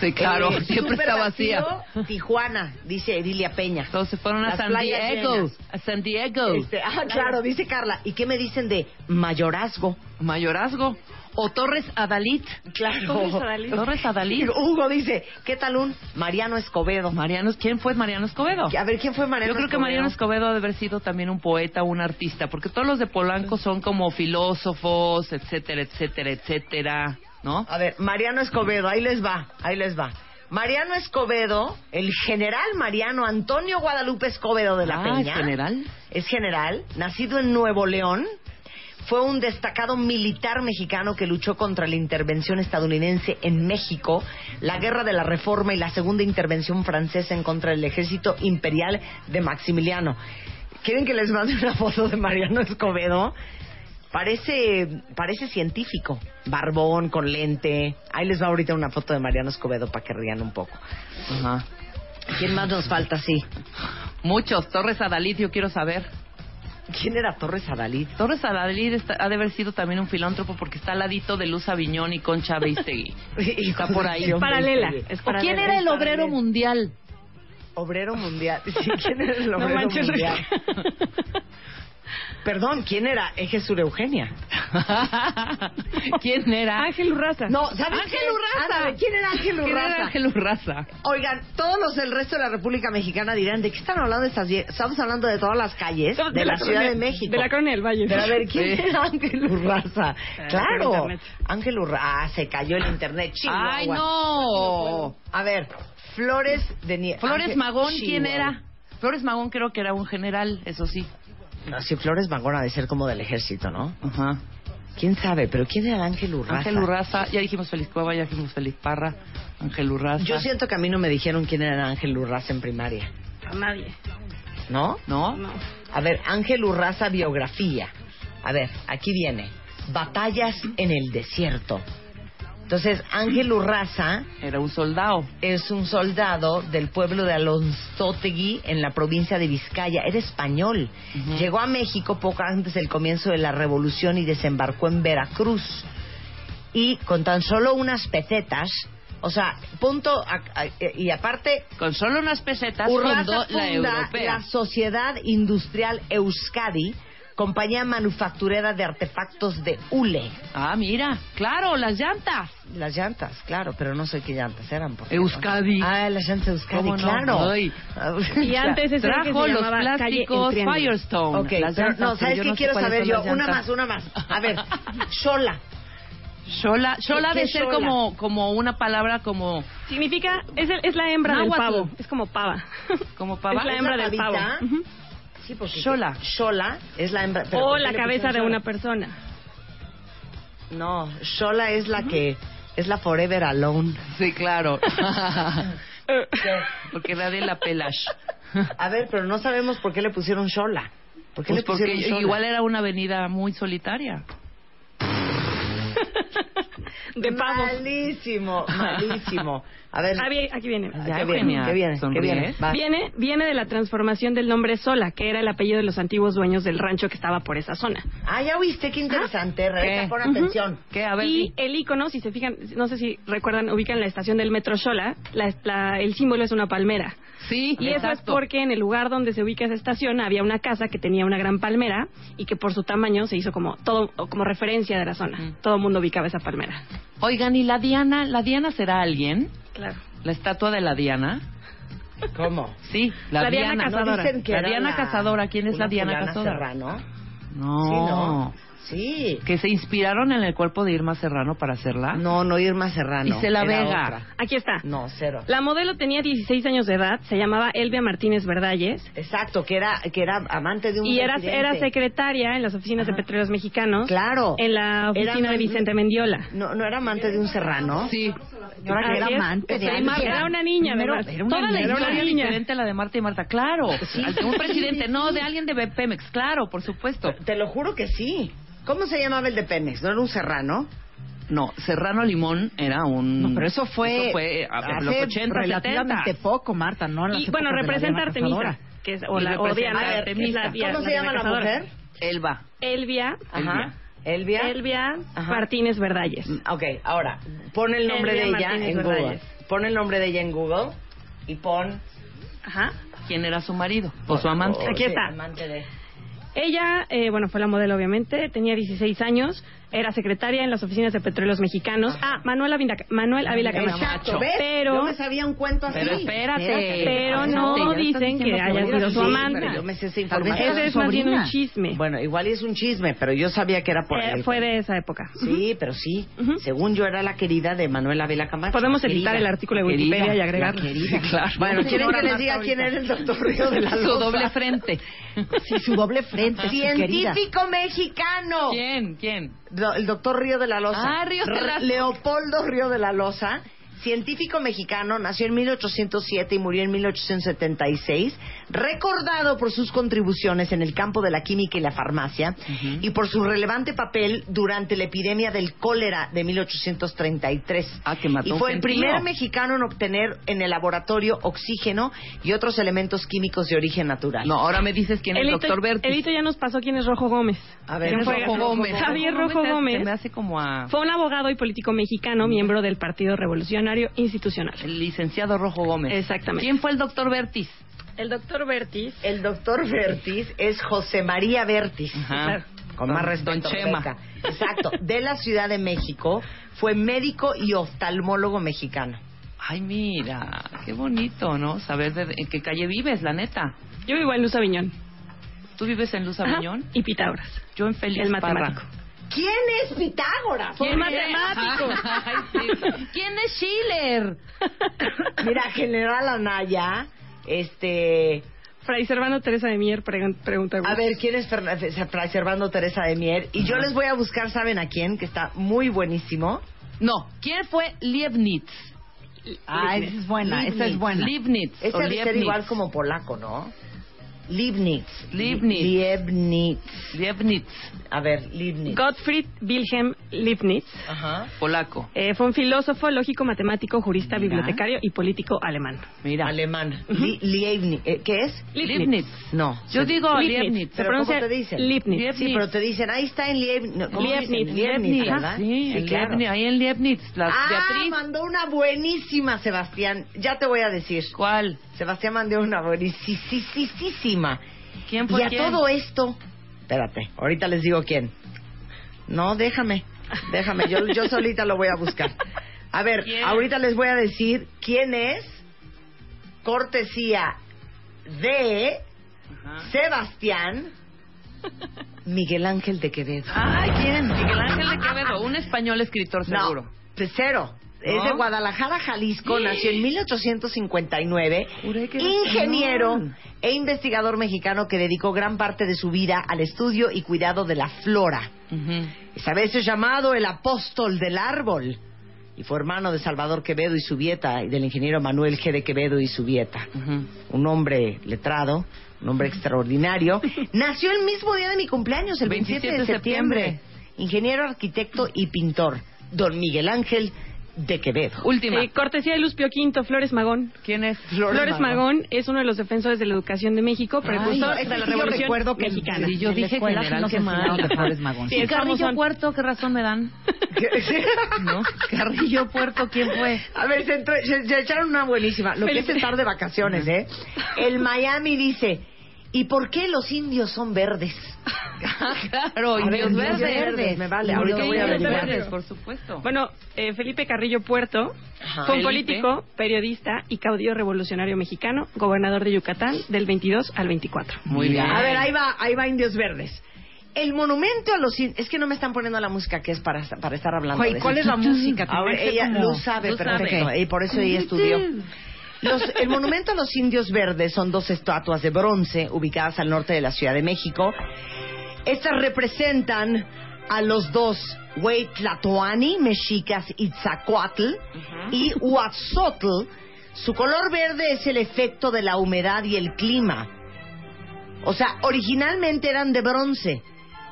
Speaker 3: Sí, claro,
Speaker 1: Eh,
Speaker 3: siempre
Speaker 1: súper
Speaker 3: está vacía.
Speaker 1: vacío, Tijuana, dice Edilia Peña.
Speaker 3: Entonces fueron a
Speaker 1: Las
Speaker 3: San
Speaker 1: playas
Speaker 3: Diego.
Speaker 1: llenas.
Speaker 3: A San Diego.
Speaker 1: Este, ah, claro, dice Carla. ¿Y qué me dicen de mayorazgo?
Speaker 3: Mayorazgo. O Torres Adalit.
Speaker 5: Torres Adalid.
Speaker 3: Torres Adalit.
Speaker 1: Hugo dice, ¿qué tal un Mariano Escobedo?
Speaker 3: Mariano, ¿quién fue Mariano Escobedo?
Speaker 1: A ver, ¿quién fue Mariano
Speaker 3: Yo creo que Mariano Escobedo ha de haber sido también un poeta, un artista, porque todos los de
Speaker 1: Pues.
Speaker 3: Polanco son como filósofos, etcétera, etcétera, etcétera, ¿no?
Speaker 1: A ver, Mariano Escobedo, ahí les va, ahí les va. Mariano Escobedo, el general Mariano Antonio Guadalupe Escobedo de la
Speaker 3: Ah,
Speaker 1: Peña.
Speaker 3: ¿es general?
Speaker 1: Es general, nacido en Nuevo León. Fue un destacado militar mexicano que luchó contra la intervención estadounidense en México, la Guerra de la Reforma y la Segunda Intervención Francesa en contra del ejército imperial de Maximiliano. ¿Quieren que les mande una foto de Mariano Escobedo? Parece, parece científico. Barbón, con lente. Ahí les va ahorita una foto de Mariano Escobedo para que rían un poco.
Speaker 3: Ajá.
Speaker 1: ¿Quién más nos falta? Sí.
Speaker 3: Muchos. Torres Adalit, yo quiero saber.
Speaker 1: ¿Quién era Torres Adalid?
Speaker 3: Torres Adalit está- ha de haber sido también un filántropo porque está al ladito de Luz Aviñón y Concha Beistegui. Está por ahí.
Speaker 5: Es paralela. Es
Speaker 3: ¿O
Speaker 5: paralela.
Speaker 3: quién era el obrero mundial?
Speaker 1: Obrero mundial. Sí, ¿quién era el obrero
Speaker 5: manches.
Speaker 1: mundial? Perdón, ¿quién era? Es Jesús Eugenia.
Speaker 3: ¿Quién era?
Speaker 5: Ángel Urraza.
Speaker 1: Ah. No, ¿sabes
Speaker 3: Ángel
Speaker 1: quién?
Speaker 3: Urraza.
Speaker 1: Ándale, ¿Quién era Ángel
Speaker 3: ¿Quién
Speaker 1: Urraza?
Speaker 3: era Ángel Urraza?
Speaker 1: Oigan, todos los del resto de la República Mexicana dirán, ¿de qué están hablando estas die- Estamos hablando de todas las calles de, la, Ciudad
Speaker 5: colonia-
Speaker 1: de México.
Speaker 5: De la colonia del Valle.
Speaker 1: Pero a ver, ¿quién
Speaker 3: Sí.
Speaker 1: era Ángel Urraza?
Speaker 5: Ah, por
Speaker 1: Claro.
Speaker 5: internet.
Speaker 1: Ángel Urraza. Ah, se cayó el internet. Chihuahua.
Speaker 3: ¡Ay, no!
Speaker 1: A ver, Flores de Nieve.
Speaker 3: Flores
Speaker 1: Ángel-
Speaker 3: Magón, ¿quién
Speaker 1: Chihuahua.
Speaker 3: era? Flores Magón creo que era un general, eso sí.
Speaker 1: No, sí, Flores Magón ha de ser como del ejército, ¿no?
Speaker 3: Ajá.
Speaker 1: ¿Quién sabe? Pero ¿quién era Ángel Urraza?
Speaker 3: Ángel Urraza, ya dijimos Feliz Cueva, ya dijimos Feliz Parra, Ángel Urraza.
Speaker 1: Yo siento que a mí no me dijeron quién era Ángel Urraza en primaria,
Speaker 5: A nadie.
Speaker 1: ¿no?
Speaker 3: ¿No?
Speaker 5: No.
Speaker 1: A ver, Ángel Urraza biografía. A ver, aquí viene. Batallas en el desierto. Entonces, Ángel Urraza
Speaker 3: Era un soldado.
Speaker 1: es un soldado del pueblo de Alonzotegui en la provincia de Vizcaya. Era español.
Speaker 3: Ujú.
Speaker 1: Llegó a México poco antes del comienzo de la revolución y desembarcó en Veracruz. Y con tan solo unas pesetas, o sea, punto, a- a- y aparte
Speaker 3: Con solo unas pesetas
Speaker 1: Urraza
Speaker 3: fundó la
Speaker 1: funda
Speaker 3: europea.
Speaker 1: la Sociedad Industrial Euskadi, compañía manufacturera de artefactos de hule.
Speaker 3: Ah, mira, claro, las llantas.
Speaker 1: Las llantas, claro, pero no sé qué llantas eran. porque-
Speaker 3: Euskadi.
Speaker 1: Ah, las llantas Euskadi,
Speaker 3: ¿Cómo no?
Speaker 1: claro.
Speaker 3: Ay.
Speaker 5: Y antes es que
Speaker 3: Trajo
Speaker 5: se
Speaker 3: los
Speaker 5: llamaba calle
Speaker 3: plásticos
Speaker 5: El Triángulo.
Speaker 3: Firestone.
Speaker 1: Ok,
Speaker 3: las
Speaker 1: pero
Speaker 3: llantas,
Speaker 1: no,
Speaker 3: pero
Speaker 1: ¿sabes
Speaker 3: yo
Speaker 1: qué
Speaker 3: no sé
Speaker 1: quiero
Speaker 3: cuáles
Speaker 1: saber
Speaker 3: son
Speaker 1: yo?
Speaker 3: las
Speaker 1: Una más,
Speaker 3: llantas.
Speaker 1: una más. A ver, Shola.
Speaker 3: Shola, Shola ha
Speaker 1: ¿Qué-
Speaker 3: de
Speaker 1: qué
Speaker 3: ser
Speaker 1: Shola?
Speaker 3: como, como una palabra como,
Speaker 5: Significa, es, el- es la hembra
Speaker 3: Náhuatl.
Speaker 5: del pavo. Es como pava.
Speaker 3: como pava.
Speaker 5: Es la hembra del pavo.
Speaker 1: pavita?
Speaker 5: Ujú.
Speaker 1: Sí, porque
Speaker 3: Shola.
Speaker 1: Shola es la hembra. pero
Speaker 5: O
Speaker 1: ¿por qué
Speaker 5: Oh, la
Speaker 1: le
Speaker 5: cabeza de
Speaker 1: pusieron
Speaker 5: una
Speaker 1: Shola?
Speaker 5: persona.
Speaker 1: No, Shola es la que es la Forever Alone.
Speaker 3: Sí, claro.
Speaker 5: Eh,
Speaker 3: Porque era de la Pelash.
Speaker 1: A ver, pero no sabemos por qué le pusieron Shola. ¿Por qué le
Speaker 3: Pues
Speaker 1: pusieron
Speaker 3: porque
Speaker 1: Shola?
Speaker 3: igual era una avenida muy solitaria.
Speaker 5: De pavo.
Speaker 1: Malísimo, malísimo. A ver.
Speaker 5: Ah, bien, aquí viene.
Speaker 1: ¿qué viene?
Speaker 3: Eugenia,
Speaker 1: ¿Qué viene? ¿Qué
Speaker 3: sonríe.
Speaker 1: viene? Va.
Speaker 5: Viene, viene de la transformación del nombre Sola, que era el apellido de los antiguos dueños del rancho que estaba por esa zona.
Speaker 1: Ah, ya viste, qué interesante. Rebeca,
Speaker 3: ¿Qué?
Speaker 1: pon atención.
Speaker 3: ¿Qué? A ver,
Speaker 5: y
Speaker 3: di.
Speaker 5: el icono, si se fijan, no sé si recuerdan, ubican la estación del metro Xola, la- la- el símbolo es una palmera.
Speaker 3: Sí,
Speaker 5: Y eso es
Speaker 3: exacto.
Speaker 5: porque en el lugar donde se ubica esa estación había una casa que tenía una gran palmera y que por su tamaño se hizo como todo o como referencia de la zona.
Speaker 3: Mm.
Speaker 5: Todo el mundo ubicaba esa palmera.
Speaker 3: Oigan, ¿y la Diana? ¿La Diana será alguien?
Speaker 5: Claro.
Speaker 3: ¿La estatua de la Diana?
Speaker 1: ¿Cómo?
Speaker 3: Sí, la,
Speaker 5: La Diana
Speaker 1: ¿No
Speaker 5: Cazadora.
Speaker 1: dicen que
Speaker 3: la
Speaker 1: era
Speaker 3: Diana Cazadora. ¿Quién es
Speaker 1: una
Speaker 3: la Diana
Speaker 1: fulana
Speaker 3: Cazadora?
Speaker 1: Serrano? Sí,
Speaker 3: No.
Speaker 1: ¿no? Sí.
Speaker 3: Que se inspiraron en el cuerpo de Irma Serrano para hacerla.
Speaker 1: No, no Irma Serrano.
Speaker 3: Y se la
Speaker 1: era
Speaker 3: vega.
Speaker 1: otra.
Speaker 5: Aquí está.
Speaker 1: No, cero.
Speaker 5: La modelo tenía 16 años de edad, se llamaba Elvia Martínez Verdalles
Speaker 1: Exacto, que era, que era amante de un
Speaker 5: y era,
Speaker 1: presidente.
Speaker 5: era secretaria en las oficinas
Speaker 1: Ajá.
Speaker 5: de Petróleos Mexicanos.
Speaker 1: Claro.
Speaker 5: En la
Speaker 1: Era-
Speaker 5: oficina de Vicente Mendiola.
Speaker 1: No, no era amante de un serrano.
Speaker 3: Sí.
Speaker 1: Ahora que
Speaker 5: Así
Speaker 1: era
Speaker 5: es.
Speaker 1: amante de
Speaker 5: Era
Speaker 1: alguien.
Speaker 5: Era una niña,
Speaker 1: Primero,
Speaker 5: además.
Speaker 1: era una
Speaker 3: Toda la
Speaker 1: niña, era una
Speaker 3: historia
Speaker 5: niña.
Speaker 3: diferente a la de Marta y Marta, claro. De un presidente, no, de alguien de Pemex, claro, por supuesto.
Speaker 1: Te lo juro que sí. ¿Cómo se llamaba el de Pemex? ¿No era un serrano?
Speaker 3: No, Serrano Limón era un...
Speaker 5: Mm.
Speaker 6: No, pero eso fue,
Speaker 3: Eso
Speaker 5: eh,
Speaker 3: fue a- en los
Speaker 6: hace
Speaker 3: 80,
Speaker 6: relativamente
Speaker 3: 70.
Speaker 6: poco, Marta, ¿no?
Speaker 5: Y
Speaker 6: Hace
Speaker 5: bueno,
Speaker 6: poco de la
Speaker 5: representa a
Speaker 6: Diana
Speaker 5: Artemisa,
Speaker 6: Cazadora.
Speaker 5: que es, o
Speaker 3: Y
Speaker 5: la, o
Speaker 3: representa
Speaker 5: Diana,
Speaker 3: a
Speaker 5: que es la
Speaker 3: Artemisa.
Speaker 5: dia-
Speaker 1: ¿Cómo se
Speaker 5: Diana
Speaker 1: llama la
Speaker 5: Cazadora.
Speaker 1: mujer?
Speaker 3: Elba.
Speaker 5: Elvia,
Speaker 1: Ajá.
Speaker 5: Elvia,
Speaker 1: Elvia. Ajá. Mm.
Speaker 5: Martínez Verdalles.
Speaker 1: Ok, ahora, pon el nombre
Speaker 5: Elvia
Speaker 1: de ella
Speaker 5: Martínez
Speaker 1: en Google.
Speaker 5: Ordóñez.
Speaker 1: Pon el nombre de ella en Google y pon...
Speaker 5: Ajá.
Speaker 3: ¿Quién era su marido o Pues su amante?
Speaker 1: o-
Speaker 5: Aquí
Speaker 1: sí,
Speaker 5: está.
Speaker 1: amante de-
Speaker 5: Ella, eh, bueno, fue la modelo obviamente, tenía 16 años, era secretaria en las oficinas de Petróleos Mexicanos. Ah, Manuel Ávila, Manuel Ávila Camacho.
Speaker 1: Exacto, ¿ves? Yo
Speaker 5: Pero,
Speaker 1: me sabía un cuento así.
Speaker 3: Pero espérate.
Speaker 5: pero
Speaker 3: Espérate, ya
Speaker 5: no
Speaker 3: estás
Speaker 5: dicen que
Speaker 3: diciendo
Speaker 5: haya
Speaker 3: que
Speaker 5: sido su
Speaker 1: Sí,
Speaker 5: amante.
Speaker 1: pero yo me sé esa
Speaker 5: Tal vez
Speaker 1: información.
Speaker 5: Ese
Speaker 1: Era
Speaker 5: es
Speaker 1: su
Speaker 5: más bien un
Speaker 1: sobrina.
Speaker 5: chisme.
Speaker 1: Bueno, igual y es un chisme, pero yo sabía que era por
Speaker 5: Eh,
Speaker 1: él.
Speaker 5: fue de esa época.
Speaker 1: Sí, pero sí.
Speaker 5: Ujú.
Speaker 1: Según yo era la querida de Manuel Ávila Camacho.
Speaker 5: Podemos
Speaker 1: La
Speaker 5: editar
Speaker 1: querida.
Speaker 5: el artículo de Wikipedia y agregarlo.
Speaker 1: La querida.
Speaker 3: Sí, claro.
Speaker 1: Bueno, ¿quieren
Speaker 3: Ahora
Speaker 1: que les
Speaker 3: Marta
Speaker 1: diga
Speaker 3: ahorita.
Speaker 1: quién era el doctor Río de la
Speaker 3: Su
Speaker 1: Loza?
Speaker 3: doble frente.
Speaker 6: Sí, su doble frente. sí, querida.
Speaker 1: Científico mexicano.
Speaker 3: ¿Quién? ¿Quién?
Speaker 1: Do- el doctor Río de la Loza.
Speaker 3: Ah, Río de la-
Speaker 1: R- Leopoldo Río de la Loza, científico mexicano, nació en 1807 y murió en 1876, recordado por sus contribuciones en el campo de la química y la farmacia y por su relevante papel durante la epidemia del cólera de 1833.
Speaker 3: Ah, que mató
Speaker 1: y fue el
Speaker 3: gentío.
Speaker 1: primer mexicano en obtener en el laboratorio oxígeno y otros elementos químicos de origen natural.
Speaker 3: No, ahora me dices quién es el
Speaker 5: Elito-
Speaker 3: doctor Berti.
Speaker 5: Elito ya nos pasó quién es Rojo Gómez.
Speaker 1: A ver,
Speaker 5: ¿Quién
Speaker 1: ¿quién es
Speaker 5: fue?
Speaker 1: Rojo Gómez?
Speaker 5: Javier Rojo
Speaker 3: se-
Speaker 5: Gómez.
Speaker 3: se me hace Ah. como a...
Speaker 5: Fue un abogado y político mexicano, miembro del Partido Revolucionario Institucional.
Speaker 3: El licenciado Rojo Gómez.
Speaker 5: Exactamente.
Speaker 3: ¿Quién fue el doctor Bertis?
Speaker 5: El doctor Bertis.
Speaker 1: El doctor Vertis es José María Vertis.
Speaker 3: Ajá.
Speaker 1: Con más
Speaker 3: Don-
Speaker 1: respeto.
Speaker 3: Don Chema.
Speaker 1: Rebeca. Exacto. De la Ciudad de México. Fue médico y oftalmólogo mexicano.
Speaker 3: Ay, mira, qué bonito, ¿no? Saber de, en qué calle vives, la neta.
Speaker 5: Yo vivo en Luz Aviñón.
Speaker 3: ¿Tú vives en Luz Aviñón?
Speaker 5: Ajá, Y Pitágoras.
Speaker 3: Yo en Félix
Speaker 5: El
Speaker 3: Parra.
Speaker 5: matemático.
Speaker 1: ¿Quién es Pitágoras?
Speaker 5: ¿Quién
Speaker 3: es?
Speaker 5: matemático?
Speaker 3: Ay, sí. ¿Quién es Schiller?
Speaker 1: Mira, General Anaya. Este.
Speaker 5: Fray Servano Teresa de Mier pregun- pregunta.
Speaker 1: A ver, ¿quién es Fernan- Fe- Fray Servando Teresa de Mier? Y yo les voy a buscar, ¿saben a quién? Que está muy buenísimo.
Speaker 3: No, ¿quién fue Leibniz?
Speaker 6: Ah, esa es buena, esa es buena.
Speaker 3: Leibniz.
Speaker 1: Es
Speaker 3: o
Speaker 1: debe ser
Speaker 3: Leibniz.
Speaker 1: igual como polaco, ¿no? Leibniz.
Speaker 3: Leibniz.
Speaker 1: Leibniz.
Speaker 3: Leibniz,
Speaker 1: A ver, Leibniz.
Speaker 5: Gottfried Wilhelm Leibniz.
Speaker 1: Ajá.
Speaker 3: polaco.
Speaker 5: eh, fue un filósofo, lógico, matemático, jurista,
Speaker 3: Mira.
Speaker 5: bibliotecario y político alemán.
Speaker 3: Mira.
Speaker 1: Alemán. Li- Leibniz. Eh, ¿Qué es?
Speaker 5: Leibniz.
Speaker 1: No.
Speaker 3: Yo
Speaker 1: se-
Speaker 3: digo
Speaker 5: Leibniz.
Speaker 3: Leibniz.
Speaker 5: Se
Speaker 1: ¿Pero cómo
Speaker 5: pronuncia
Speaker 1: te dicen?
Speaker 5: Leibniz.
Speaker 3: Leibniz.
Speaker 1: Sí, pero te dicen, ahí está en Lieb... no, ¿cómo
Speaker 5: Leibniz,
Speaker 1: dicen?
Speaker 5: Leibniz,
Speaker 1: ¿verdad?
Speaker 3: Ajá, sí,
Speaker 1: Sí,
Speaker 3: en
Speaker 1: claro.
Speaker 3: Leibniz, ahí en Leibniz. La
Speaker 1: Ah,
Speaker 3: Beatriz.
Speaker 1: mandó una buenísima, Sebastián. Ya te voy a decir.
Speaker 3: ¿Cuál?
Speaker 1: Sebastián mandó una buenísima.
Speaker 3: ¿Quién fue
Speaker 1: Y a
Speaker 3: quién?
Speaker 1: todo e- esto... Espérate, ahorita les digo quién. No, déjame, déjame. Yo, yo solita lo voy a buscar. A ver,
Speaker 3: ¿Quién?
Speaker 1: ahorita les voy a decir quién es cortesía de
Speaker 3: Ajá.
Speaker 1: Sebastián Miguel Ángel de Quevedo.
Speaker 3: Ay, Ah, ¿quién? Miguel Ángel de Quevedo, un español escritor seguro.
Speaker 1: No, pues cero.
Speaker 3: ¿No?
Speaker 1: Es de Guadalajara, Jalisco, nació en 1859,
Speaker 3: Juré que era
Speaker 1: ingeniero
Speaker 3: español.
Speaker 1: e investigador mexicano que dedicó gran parte de su vida al estudio y cuidado de la flora.
Speaker 3: Ujú.
Speaker 1: Es a veces llamado el apóstol del árbol y fue hermano de Salvador Quevedo y Subieta y del ingeniero Manuel G. de Quevedo y Subieta.
Speaker 3: Ujú.
Speaker 1: un hombre letrado, un hombre extraordinario. Nació el mismo día de mi cumpleaños, el 27, de septiembre. Ingeniero, arquitecto y pintor, don Miguel Ángel de Quevedo.
Speaker 3: Última.
Speaker 5: Eh, cortesía de Luz Pio Quinto, Flores Magón.
Speaker 3: ¿Quién es?
Speaker 5: Flores, Magón. es uno de los defensores de la educación de México, precursor
Speaker 1: Ay, es
Speaker 5: de
Speaker 1: que
Speaker 5: la
Speaker 1: yo
Speaker 5: Revolución
Speaker 1: recuerdo que-
Speaker 5: Mexicana.
Speaker 3: Sí, yo
Speaker 6: En la
Speaker 3: dije
Speaker 6: escuela
Speaker 3: general
Speaker 6: nos
Speaker 3: que mal.
Speaker 6: enseñaron de Flores Magón.
Speaker 5: Sí, es famosón.
Speaker 3: Puerto, ¿qué razón me dan? ¿No? Carrillo Puerto, ¿quién fue?
Speaker 1: A ver, se, entró- se- se echaron una buenísima. Lo que es
Speaker 5: Felipe.
Speaker 1: estar de vacaciones, ¿eh? El Miami dice, ¿y por qué los indios son verdes?
Speaker 3: claro,
Speaker 1: A ver,
Speaker 3: indios
Speaker 1: indios verdes,
Speaker 3: verdes.
Speaker 1: me vale,
Speaker 3: ¿Por
Speaker 1: ahorita
Speaker 3: qué
Speaker 1: voy a
Speaker 3: indios
Speaker 1: averiguar.
Speaker 3: verdes, por supuesto.
Speaker 5: Bueno, eh, Felipe Carrillo Puerto
Speaker 1: Ajá.
Speaker 5: fue un
Speaker 3: Felipe.
Speaker 5: político, periodista y caudillo revolucionario mexicano, gobernador de Yucatán del 22 al 24.
Speaker 3: Muy bien.
Speaker 1: A ver, ahí va, ahí va Indios Verdes. El monumento a los indios... Es que no me están poniendo la música que es para, para estar hablando
Speaker 6: Oye,
Speaker 1: de
Speaker 6: ¿cuál
Speaker 1: eso.
Speaker 6: es la música?
Speaker 1: Ahora
Speaker 6: Tendría que
Speaker 1: ella
Speaker 6: como-
Speaker 1: lo sabe
Speaker 3: Lo
Speaker 1: perfecto
Speaker 3: sabe.
Speaker 1: y por eso ella estudió. Los- el monumento a los indios verdes son dos estatuas de bronce ubicadas al norte de la Ciudad de México. Estas representan a los dos Huaytlatoani, mexicas Itzacuatl y Huatzotl. Su color verde es el efecto de la humedad y el clima. O sea, originalmente eran de bronce,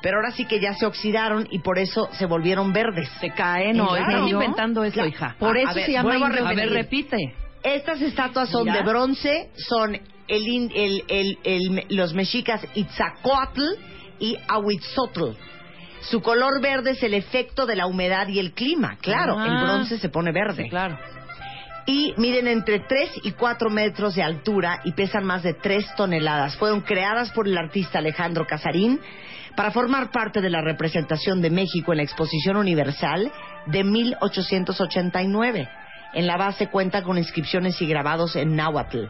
Speaker 1: pero ahora sí que ya se oxidaron y por eso se volvieron verdes.
Speaker 3: Se cae, no,
Speaker 1: Claro.
Speaker 3: están inventando eso,
Speaker 1: Claro.
Speaker 3: hija.
Speaker 1: Por
Speaker 3: A-
Speaker 1: eso
Speaker 3: a ver,
Speaker 1: se llama
Speaker 3: vuelvo a
Speaker 1: indio
Speaker 3: repetir. A ver,
Speaker 1: verde.
Speaker 3: repite.
Speaker 1: Estas estatuas son
Speaker 3: Mira.
Speaker 1: de bronce, son el, in- el- el- el- los mexicas Itzacoatl y Ahuitzotl. Su color verde es el efecto de la humedad y el clima. Claro,
Speaker 3: Ah.
Speaker 1: el bronce se pone verde.
Speaker 3: Sí, claro.
Speaker 1: y miden entre 3 y 4 metros de altura y pesan más de 3 toneladas. Fueron creadas por el artista Alejandro Casarín para formar parte de la representación de México en la Exposición Universal de 1889. En la base cuenta con inscripciones y grabados en náhuatl.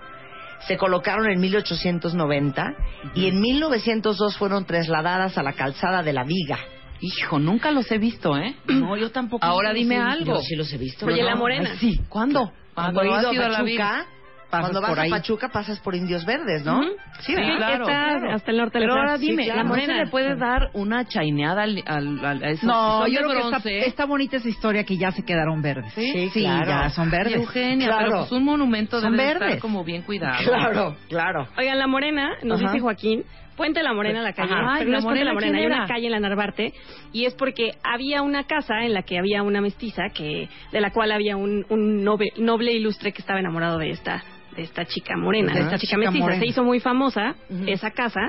Speaker 1: Se colocaron en 1890 y en 1902 fueron trasladadas a la calzada de la Viga.
Speaker 3: Hijo, nunca los he visto, ¿eh?
Speaker 1: No, yo tampoco.
Speaker 3: Ahora
Speaker 1: los
Speaker 3: dime
Speaker 1: he-
Speaker 3: algo.
Speaker 1: Yo sí los he visto.
Speaker 5: Oye,
Speaker 1: ¿no?
Speaker 5: la morena.
Speaker 3: Ay, Sí, ¿cuándo?
Speaker 1: Cuando, he
Speaker 3: has
Speaker 1: ido a
Speaker 3: ido la Virgen?
Speaker 1: Pachuca,
Speaker 3: pasas
Speaker 1: cuando vas
Speaker 3: por ahí.
Speaker 1: a Pachuca pasas por Indios Verdes, ¿no?
Speaker 5: Ujú.
Speaker 1: Sí,
Speaker 3: Sí,
Speaker 1: ¿verdad?
Speaker 3: claro.
Speaker 5: está hasta el norte de
Speaker 3: Pero
Speaker 5: la
Speaker 3: ahora
Speaker 5: plaza.
Speaker 3: dime,
Speaker 5: Sí, claro.
Speaker 3: ¿la morena le puede dar una chaineada al, al, al- a esos- son de bronce?
Speaker 6: bonita esa historia que ya se quedaron verdes.
Speaker 1: Sí, claro.
Speaker 3: Ay, Eugenia,
Speaker 1: Claro.
Speaker 3: pero pues un monumento
Speaker 1: Son
Speaker 3: debe de estar
Speaker 1: verdes.
Speaker 3: como bien cuidado.
Speaker 1: Claro, claro.
Speaker 5: Oigan, La Morena, nos
Speaker 1: Ajá.
Speaker 5: dice Joaquín, Puente La Morena, la calle.
Speaker 3: Ajá. Ay,
Speaker 5: pero no
Speaker 3: La
Speaker 5: es Puente
Speaker 3: Morena,
Speaker 5: La Morena,
Speaker 3: ¿quién
Speaker 5: hay una
Speaker 3: era?
Speaker 5: calle en la Narvarte. Y es porque había una casa en la que había una mestiza que de la cual había un, un noble, noble ilustre que estaba enamorado de esta de esta chica morena, de
Speaker 6: Ajá.
Speaker 5: esta chica,
Speaker 6: Chica
Speaker 5: mestiza.
Speaker 6: morena.
Speaker 5: Se hizo muy famosa esa casa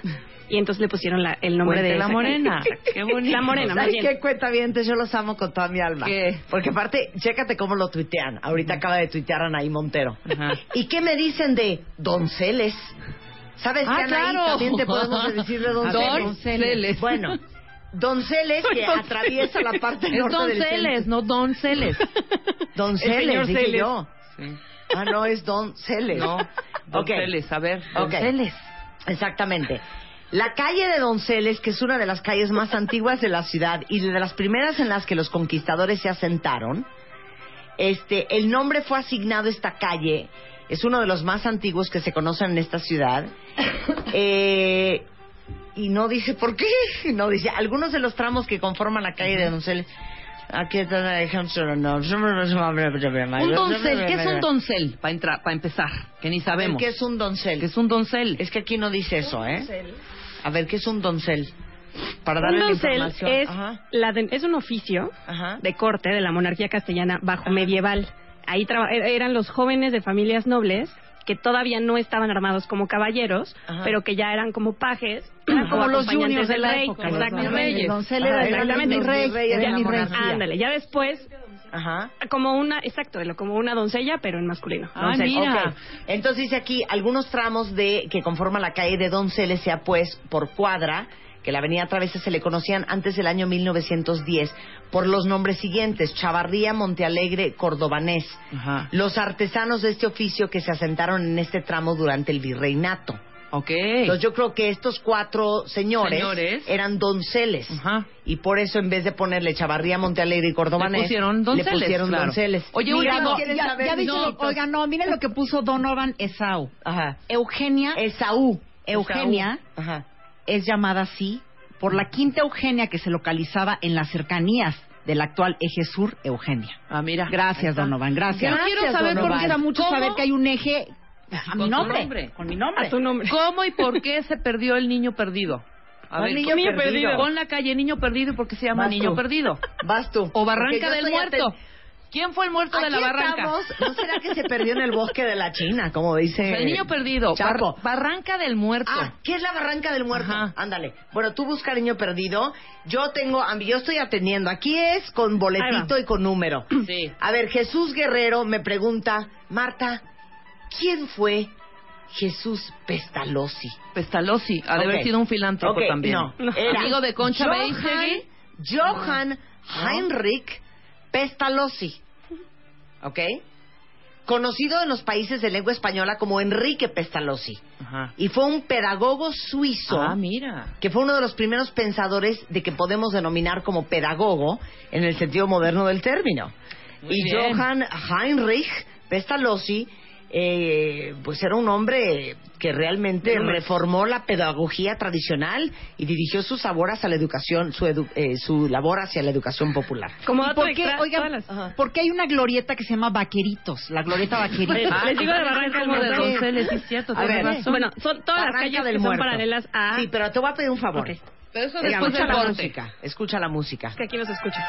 Speaker 5: y entonces le pusieron la- el nombre
Speaker 3: Puente
Speaker 5: de
Speaker 3: La
Speaker 5: esa calle.
Speaker 3: Morena. Qué bonito.
Speaker 5: La Morena, más
Speaker 1: ¿Sabes
Speaker 5: bien.
Speaker 1: qué cuenta bien? Yo los amo con toda mi alma.
Speaker 3: ¿Qué?
Speaker 1: Porque aparte, chécate cómo lo tuitean. Ahorita acaba de tuitear Anaí Montero.
Speaker 3: Ajá.
Speaker 1: ¿Y qué me dicen de donceles? ¿Sabes
Speaker 3: Ah,
Speaker 1: qué, Anaí?
Speaker 3: claro.
Speaker 1: También te podemos decirle donceles.
Speaker 3: Donceles.
Speaker 1: Bueno, donceles que atraviesa la parte
Speaker 3: Es
Speaker 1: norte del
Speaker 3: Donceles,
Speaker 1: centro.
Speaker 3: no Donceles.
Speaker 1: Donceles,
Speaker 5: El señor
Speaker 1: dije
Speaker 5: Celes.
Speaker 1: yo.
Speaker 3: Sí.
Speaker 1: Ah, no, es donceles.
Speaker 3: No,
Speaker 1: Ok.
Speaker 3: Donceles, a ver.
Speaker 1: Ok.
Speaker 3: Donceles.
Speaker 1: Exactamente. La calle de Donceles, que es una de las calles más antiguas de la ciudad y de las primeras en las que los conquistadores se asentaron, este, el nombre fue asignado a esta calle. Es uno de los más antiguos que se conocen en esta ciudad. Eh, y no dice por qué. No dice algunos de los tramos que conforman la calle de Donceles. Aquí está el ejemplo. No.
Speaker 3: Un doncel, ¿qué es un doncel? Para entrar, para empezar, que ni sabemos.
Speaker 1: ¿Qué es un doncel?
Speaker 3: ¿Qué es un doncel?
Speaker 1: Es que aquí no dice eso, ¿eh? A ver, ¿qué es un doncel? Para darle
Speaker 5: Un
Speaker 1: la
Speaker 5: doncel
Speaker 1: información.
Speaker 5: es,
Speaker 1: Ajá,
Speaker 5: la de- es un oficio
Speaker 1: ajá.
Speaker 5: de corte de la monarquía castellana bajo medieval. Ahí traba- er- eran los jóvenes de familias nobles que todavía no estaban armados como caballeros,
Speaker 1: Ajá.
Speaker 5: pero que ya eran como pajes, eran
Speaker 6: Ajá.
Speaker 5: como
Speaker 6: Como los
Speaker 5: los juniors
Speaker 6: juniors de
Speaker 5: del
Speaker 6: la
Speaker 5: rey,
Speaker 6: época,
Speaker 1: los
Speaker 5: exactamente.
Speaker 1: reyes.
Speaker 6: El doncel era
Speaker 5: Ajá,
Speaker 1: el
Speaker 5: exactamente.
Speaker 1: rey, rey
Speaker 6: de la monarquía.
Speaker 5: Ándale, ya después
Speaker 1: Ajá.
Speaker 5: como una, exacto, lo- como una doncella, pero en masculino.
Speaker 3: Ah,
Speaker 1: Doncel,
Speaker 3: mira.
Speaker 1: ok. Entonces dice aquí, algunos tramos de que conforman la calle de Donceles sea pues por cuadra, que la avenida Travesa se le conocían antes del año 1910 por los nombres siguientes, Chavarría, Montealegre, Cordobanés.
Speaker 3: Ajá.
Speaker 1: Los artesanos de este oficio que se asentaron en este tramo durante el virreinato.
Speaker 3: Ok.
Speaker 1: Entonces yo creo que estos cuatro señores,
Speaker 3: Señores.
Speaker 1: eran donceles.
Speaker 3: Ajá.
Speaker 1: Y por eso en vez de ponerle Chavarría, Montealegre y Cordobanés,
Speaker 3: Le pusieron donceles,
Speaker 1: le pusieron
Speaker 3: claro.
Speaker 1: donceles.
Speaker 3: Oye,
Speaker 1: Mira,
Speaker 3: oye,
Speaker 1: ¿no
Speaker 3: no,
Speaker 1: quieres
Speaker 6: Ya,
Speaker 1: saber,
Speaker 6: ya viste lo-
Speaker 1: no?
Speaker 6: oiga, no, miren lo que puso Donovan Esau.
Speaker 1: Ajá.
Speaker 6: Eugenia
Speaker 1: Esaú.
Speaker 6: Eugenia.
Speaker 1: Esaú. Ajá.
Speaker 6: es llamada así por la quinta Eugenia que se localizaba en las cercanías del actual eje sur Eugenia.
Speaker 3: Ah, mira. Ahí
Speaker 6: Gracias,
Speaker 3: está.
Speaker 6: Donovan, gracias.
Speaker 3: Yo quiero saber
Speaker 6: Me
Speaker 3: por qué-
Speaker 6: gusta mucho
Speaker 3: ¿Cómo?
Speaker 6: saber que hay un eje a
Speaker 3: Con
Speaker 6: mi
Speaker 3: tu
Speaker 6: nombre,
Speaker 3: nombre.
Speaker 6: Con mi nombre.
Speaker 5: A tu nombre.
Speaker 3: ¿Cómo y por qué se perdió el niño perdido? A
Speaker 1: ¿Cuál niño
Speaker 3: ¿cómo?
Speaker 1: perdido?
Speaker 3: Pon la calle niño perdido porque se llama
Speaker 1: Vas
Speaker 3: niño
Speaker 1: tú.
Speaker 3: perdido.
Speaker 1: Vas tú.
Speaker 3: O
Speaker 1: Porque yo
Speaker 3: barranca del
Speaker 1: estoy
Speaker 3: muerto.
Speaker 1: atent-
Speaker 3: ¿Quién fue el muerto de la
Speaker 1: Aquí
Speaker 3: barranca?
Speaker 1: estamos. ¿No será que se perdió en el bosque de la China, como dice?
Speaker 3: El niño perdido. Bar-
Speaker 1: Chapo.
Speaker 3: barranca del muerto.
Speaker 1: Ah, ¿qué es la barranca del muerto?
Speaker 3: Ajá.
Speaker 1: Ándale. Bueno, tú busca niño perdido. Yo tengo, a mí- yo estoy atendiendo. Aquí es con boletito y con número.
Speaker 3: Sí.
Speaker 1: A ver, Jesús Guerrero me pregunta, Marta, ¿quién fue Jesús Pestalozzi?
Speaker 3: Pestalozzi. Ha de
Speaker 1: Ok.
Speaker 3: haber sido un filántropo
Speaker 1: Ok,
Speaker 3: también.
Speaker 1: No, era
Speaker 3: Amigo de Concha
Speaker 1: Johann,
Speaker 3: Beisegui.
Speaker 1: Johann Heinrich Pestalozzi. ¿Ok? Conocido en los países de lengua española como Enrique Pestalozzi.
Speaker 3: Ajá.
Speaker 1: Y fue un pedagogo suizo
Speaker 3: Ah, mira.
Speaker 1: que fue uno de los primeros pensadores de que podemos denominar como pedagogo en el sentido moderno del término.
Speaker 3: Muy
Speaker 1: y
Speaker 3: bien.
Speaker 1: Johann Heinrich Pestalozzi, eh, pues era un hombre que realmente reformó la pedagogía tradicional y dirigió sus laboras a la educación, su, edu- eh, su labor hacia la educación popular.
Speaker 5: Como
Speaker 6: ¿Y
Speaker 5: dato
Speaker 6: por qué,
Speaker 5: extra,
Speaker 6: oigan,
Speaker 5: todas las-
Speaker 6: por qué hay una glorieta que se llama Vaqueritos? La glorieta Vaqueritos.
Speaker 3: Ah,
Speaker 5: les digo de
Speaker 3: también
Speaker 5: Barranca del
Speaker 3: como de
Speaker 5: Muerto.
Speaker 3: Donceles, sí, es cierto.
Speaker 1: A
Speaker 3: tienes
Speaker 1: ver.
Speaker 3: razón.
Speaker 5: Bueno, son todas las
Speaker 1: Barranca
Speaker 5: calles
Speaker 1: del
Speaker 5: que son
Speaker 1: muerto.
Speaker 5: paralelas a...
Speaker 1: Sí, pero te voy a pedir un favor.
Speaker 5: Ok.
Speaker 3: Pero eso
Speaker 1: Oigan,
Speaker 3: después
Speaker 1: escucha
Speaker 3: del
Speaker 1: la
Speaker 3: corte.
Speaker 1: música. Escucha la música.
Speaker 5: Es que aquí nos escucha.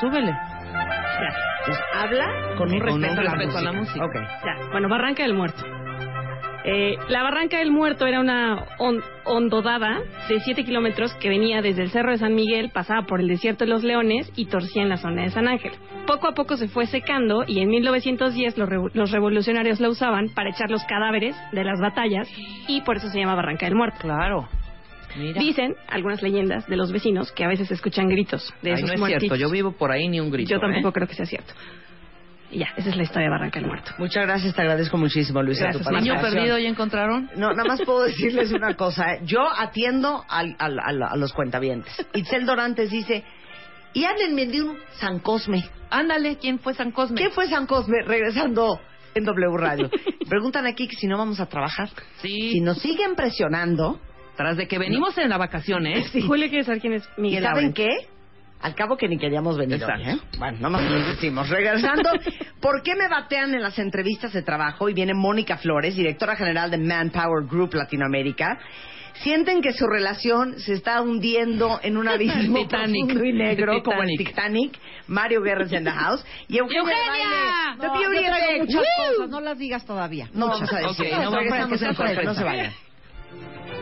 Speaker 3: Súbele.
Speaker 5: Ya,
Speaker 1: Pues habla con un
Speaker 3: Con un
Speaker 1: respeto,
Speaker 3: respeto a la música.
Speaker 1: Ok.
Speaker 5: ya. Bueno, Barranca del Muerto. Eh, la Barranca del Muerto era una hon- hondodada de 7 kilómetros que venía desde el Cerro de San Miguel, pasaba por el Desierto de los Leones y torcía en la zona de San Ángel. Poco a poco se fue secando y en 1910 los, revo- los revolucionarios la usaban para echar los cadáveres de las batallas y por eso se llama Barranca del Muerto.
Speaker 3: Claro. Mira.
Speaker 5: Dicen algunas leyendas de los vecinos que a veces escuchan gritos de
Speaker 3: Ay,
Speaker 5: esos
Speaker 3: no es cierto,
Speaker 5: muertitos.
Speaker 3: yo vivo por ahí ni un grito.
Speaker 5: Yo tampoco
Speaker 3: ¿eh?
Speaker 5: creo que sea cierto. Y ya, esa es la historia de Barranca del Muerto.
Speaker 1: Muchas gracias, te agradezco muchísimo, Luisa,
Speaker 5: Gracias,
Speaker 1: tu
Speaker 5: Marta.
Speaker 3: Niño
Speaker 1: participación.
Speaker 3: perdido ya encontraron.
Speaker 1: No, nada más puedo decirles una cosa. ¿eh? Yo atiendo al- al- al- a los cuentavientes. Itzel Dorantes dice, y háblenme de un San Cosme.
Speaker 3: Ándale, ¿quién fue San Cosme?
Speaker 1: ¿Quién fue San Cosme? Regresando en W Radio. Preguntan aquí que si no vamos a trabajar.
Speaker 3: Sí,
Speaker 1: Si nos siguen presionando,
Speaker 3: tras de que venimos en la vacación, ¿eh?
Speaker 1: Sí.
Speaker 5: Julio quiere saber quién es
Speaker 1: ¿y
Speaker 5: Miguel
Speaker 1: saben
Speaker 5: Lauren.
Speaker 1: qué? Al cabo que ni queríamos venir
Speaker 3: Exacto.
Speaker 1: hoy, ¿eh? Bueno, nada más nos decimos. Regresando, ¿por qué me batean en las entrevistas de trabajo? Y viene Mónica Flores, directora general de Manpower Group Latinoamérica. Sienten que su relación se está hundiendo en un abismo
Speaker 3: Titanic.
Speaker 1: profundo y negro como el
Speaker 3: Titanic.
Speaker 1: Titanic. Mario Guerra is in the house. Y Eugenia, de Baile.
Speaker 6: No,
Speaker 1: The Beauty
Speaker 6: yo
Speaker 1: and the
Speaker 6: traigo
Speaker 1: Beast.
Speaker 6: muchas cosas, no las digas todavía.
Speaker 1: No
Speaker 6: Muchas.
Speaker 1: vamos a decir.
Speaker 3: Ok, no, para
Speaker 1: Regresamos
Speaker 3: que sea
Speaker 1: en breve, no
Speaker 3: sorpresa.
Speaker 1: se vayan.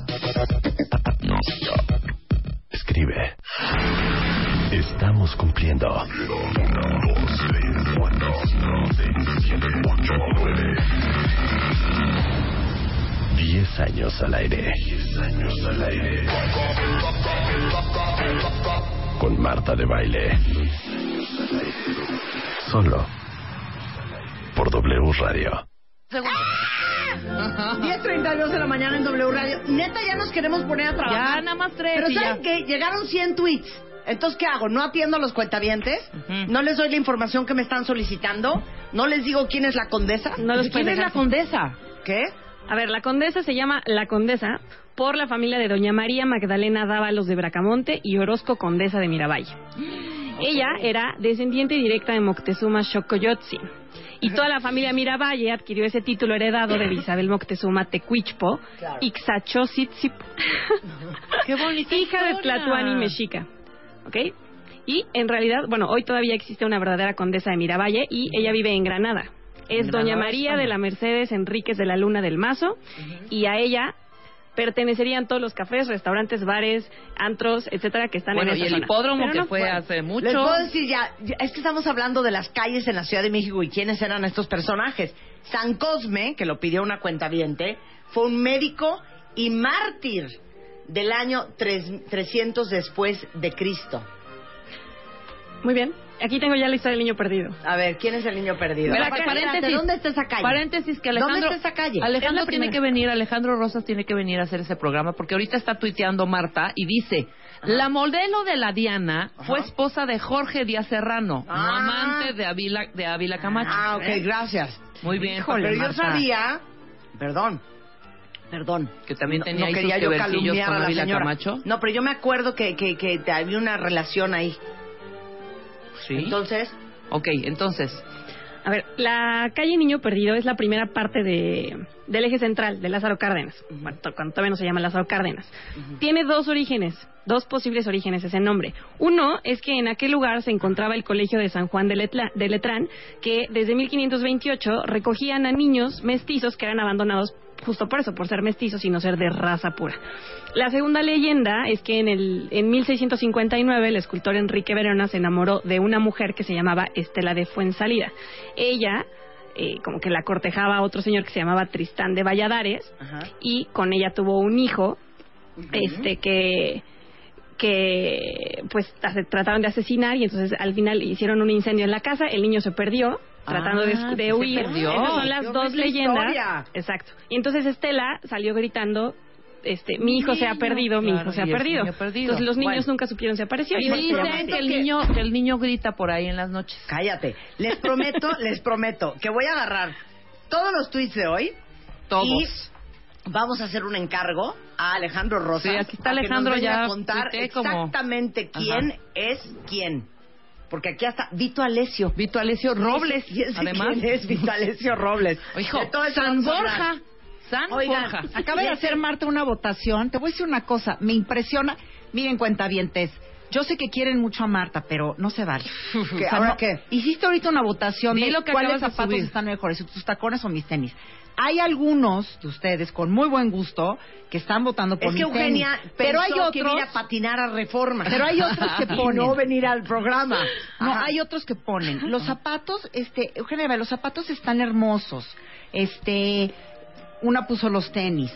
Speaker 2: Escribe. Estamos cumpliendo. 12, 10 años al aire. 10 años al aire. Con Marta de Baile. Solo. Por W Radio.
Speaker 1: 10.32 de la mañana en W Radio. Neta, ya nos queremos poner a trabajar.
Speaker 3: Ya, nada más tres.
Speaker 1: Pero
Speaker 3: y
Speaker 1: ¿saben
Speaker 3: ya.
Speaker 1: qué? Llegaron 100 tweets. Entonces, ¿qué hago? ¿No atiendo a los cuentavientes?
Speaker 3: Ujú.
Speaker 1: ¿No les doy la información que me están solicitando? ¿No les digo quién es la condesa?
Speaker 5: No los
Speaker 3: ¿Quién
Speaker 5: puede
Speaker 3: es la
Speaker 5: dejar.
Speaker 3: condesa?
Speaker 1: ¿Qué?
Speaker 5: A ver, la condesa se llama La Condesa por la familia de doña María Magdalena Dávalos de Bracamonte y Orozco Condesa de Miravalle. Ella era descendiente directa de Moctezuma Xocoyotzi. Y toda la familia Miravalle adquirió ese título heredado de Isabel Moctezuma Tecuichpo, Ixachotzitzipo,
Speaker 3: Qué bonita.
Speaker 5: hija de Tlatuán y Mexica. ¿Ok? Y en realidad, bueno, hoy todavía existe una verdadera condesa de Miravalle y ella vive en Granada. Es
Speaker 3: En
Speaker 5: doña
Speaker 3: Granada,
Speaker 5: María
Speaker 3: España.
Speaker 5: de la Mercedes Enríquez de la Luna del Mazo y a ella pertenecerían todos los cafés, restaurantes, bares, antros, etcétera, que están
Speaker 3: Bueno,
Speaker 5: en
Speaker 3: y
Speaker 5: esa
Speaker 3: el
Speaker 5: zona.
Speaker 3: hipódromo
Speaker 5: Pero
Speaker 3: que
Speaker 5: no-
Speaker 3: fue hace mucho.
Speaker 1: Les puedo decir ya, ya- es que estamos hablando de las calles en la Ciudad de México y quiénes eran estos personajes. San Cosme, que lo pidió una cuentaviente, fue un médico y mártir del año tres- 300 después de Cristo.
Speaker 5: Muy bien. Aquí tengo ya la historia del niño perdido.
Speaker 1: A ver, ¿quién es el niño perdido?
Speaker 3: Espérate,
Speaker 1: Espérate,
Speaker 3: paréntesis.
Speaker 1: ¿Dónde está esa calle?
Speaker 3: Paréntesis que Alejandro.
Speaker 1: ¿Dónde está esa calle?
Speaker 3: Alejandro
Speaker 5: Es la
Speaker 3: tiene
Speaker 5: primera.
Speaker 3: que venir, Alejandro Rosas tiene que venir a hacer ese programa porque ahorita está tuiteando Marta y dice. La modelo de la Diana fue
Speaker 1: Ajá.
Speaker 3: esposa de Jorge Díaz Serrano, no
Speaker 1: Ah.
Speaker 3: amante de Ávila, de Ávila Camacho. ¿eh?
Speaker 1: Ah, ok, gracias.
Speaker 3: Muy bien,
Speaker 1: Híjole,
Speaker 3: Jorge
Speaker 1: pero yo
Speaker 3: Marta,
Speaker 1: sabía, perdón, perdón,
Speaker 3: que también
Speaker 1: no,
Speaker 3: tenía
Speaker 1: no
Speaker 3: ahí sus
Speaker 1: quería yo
Speaker 3: quebercillos
Speaker 1: calumniar
Speaker 3: con
Speaker 1: a la
Speaker 3: Ávila
Speaker 1: señora.
Speaker 3: Camacho.
Speaker 1: No, pero yo me acuerdo que, que, que te- había una relación ahí.
Speaker 3: Sí.
Speaker 1: Entonces,
Speaker 3: ok, entonces,
Speaker 5: A ver, la calle Niño Perdido es la primera parte de, del eje central de Lázaro Cárdenas, bueno, to- cuando todavía no se llama Lázaro Cárdenas. Tiene dos orígenes, dos posibles orígenes ese nombre. Uno es que en aquel lugar se encontraba el Colegio de San Juan de, Letla- de Letrán, que desde 1528 recogían a niños mestizos que eran abandonados justo por eso, por ser mestizos y no ser de raza pura. La segunda leyenda es que en, el, en 1659 el escultor Enrique Verona se enamoró de una mujer que se llamaba Estela de Fuensalida. Ella, eh, como que la cortejaba a otro señor que se llamaba Tristán de Valladares y con ella tuvo un hijo este que que pues ase- trataron de asesinar y entonces al final hicieron un incendio en la casa, el niño se perdió tratando de,
Speaker 3: Ah,
Speaker 5: escu- de
Speaker 3: se
Speaker 5: huir.
Speaker 3: perdió.
Speaker 5: Esas son
Speaker 1: Yo
Speaker 5: las
Speaker 1: vi
Speaker 5: dos
Speaker 1: esa
Speaker 5: leyendas.
Speaker 1: historia.
Speaker 5: Exacto. Y entonces Estela salió gritando este, mi hijo se ha
Speaker 3: Niño,
Speaker 5: perdido, mi
Speaker 3: claro,
Speaker 5: hijo se ha
Speaker 3: y el
Speaker 5: perdido.
Speaker 3: niño perdido.
Speaker 5: Entonces los niños
Speaker 3: Bueno.
Speaker 5: nunca supieron si apareció.
Speaker 3: y
Speaker 5: Y pues,
Speaker 3: dicen que el niño, que el niño grita por ahí en las noches.
Speaker 1: cállate. Les prometo, les prometo que voy a agarrar todos los tweets de hoy
Speaker 3: Todos.
Speaker 1: y vamos a hacer un encargo a Alejandro Rosas.
Speaker 3: Sí, aquí está
Speaker 1: para que nos
Speaker 3: Alejandro
Speaker 1: venga
Speaker 3: ya
Speaker 1: a contar
Speaker 3: tuiteé como-
Speaker 1: exactamente quién es quién. Porque aquí hasta Vito Alesio.
Speaker 3: Vito Alessio Robles,
Speaker 1: ¿Y ese
Speaker 3: además.
Speaker 1: quién es Vito Alesio Robles?
Speaker 3: Hijo,
Speaker 1: De todo el
Speaker 3: San
Speaker 1: Sonora.
Speaker 3: Borja. San
Speaker 1: Oigan,
Speaker 3: Borja.
Speaker 7: Acaba de hacer Marta una votación. Te voy a decir una cosa, me impresiona. Miren, cuentavientes, yo sé que quieren mucho a Marta, pero no se vale.
Speaker 1: ¿Qué, ahora
Speaker 7: no-
Speaker 1: qué?
Speaker 7: Hiciste ahorita una votación
Speaker 3: Di
Speaker 7: de
Speaker 3: lo que
Speaker 7: cuáles
Speaker 3: acabas de
Speaker 7: zapatos
Speaker 3: subir.
Speaker 7: están mejores, si tus tacones o mis tenis. Hay algunos de ustedes con muy buen gusto que están votando por
Speaker 1: Es que
Speaker 7: mis
Speaker 1: Eugenia
Speaker 7: tenis.
Speaker 1: pero
Speaker 7: Pero hay
Speaker 1: que
Speaker 7: otros,
Speaker 1: iba a ir a patinar a Reforma.
Speaker 7: pero hay otros que
Speaker 1: Y
Speaker 7: ponen.
Speaker 1: no venir al programa.
Speaker 7: No,
Speaker 1: Ajá.
Speaker 7: hay otros que ponen. Los zapatos, este, Eugenia, Eva, los zapatos están hermosos. Este, una puso los tenis.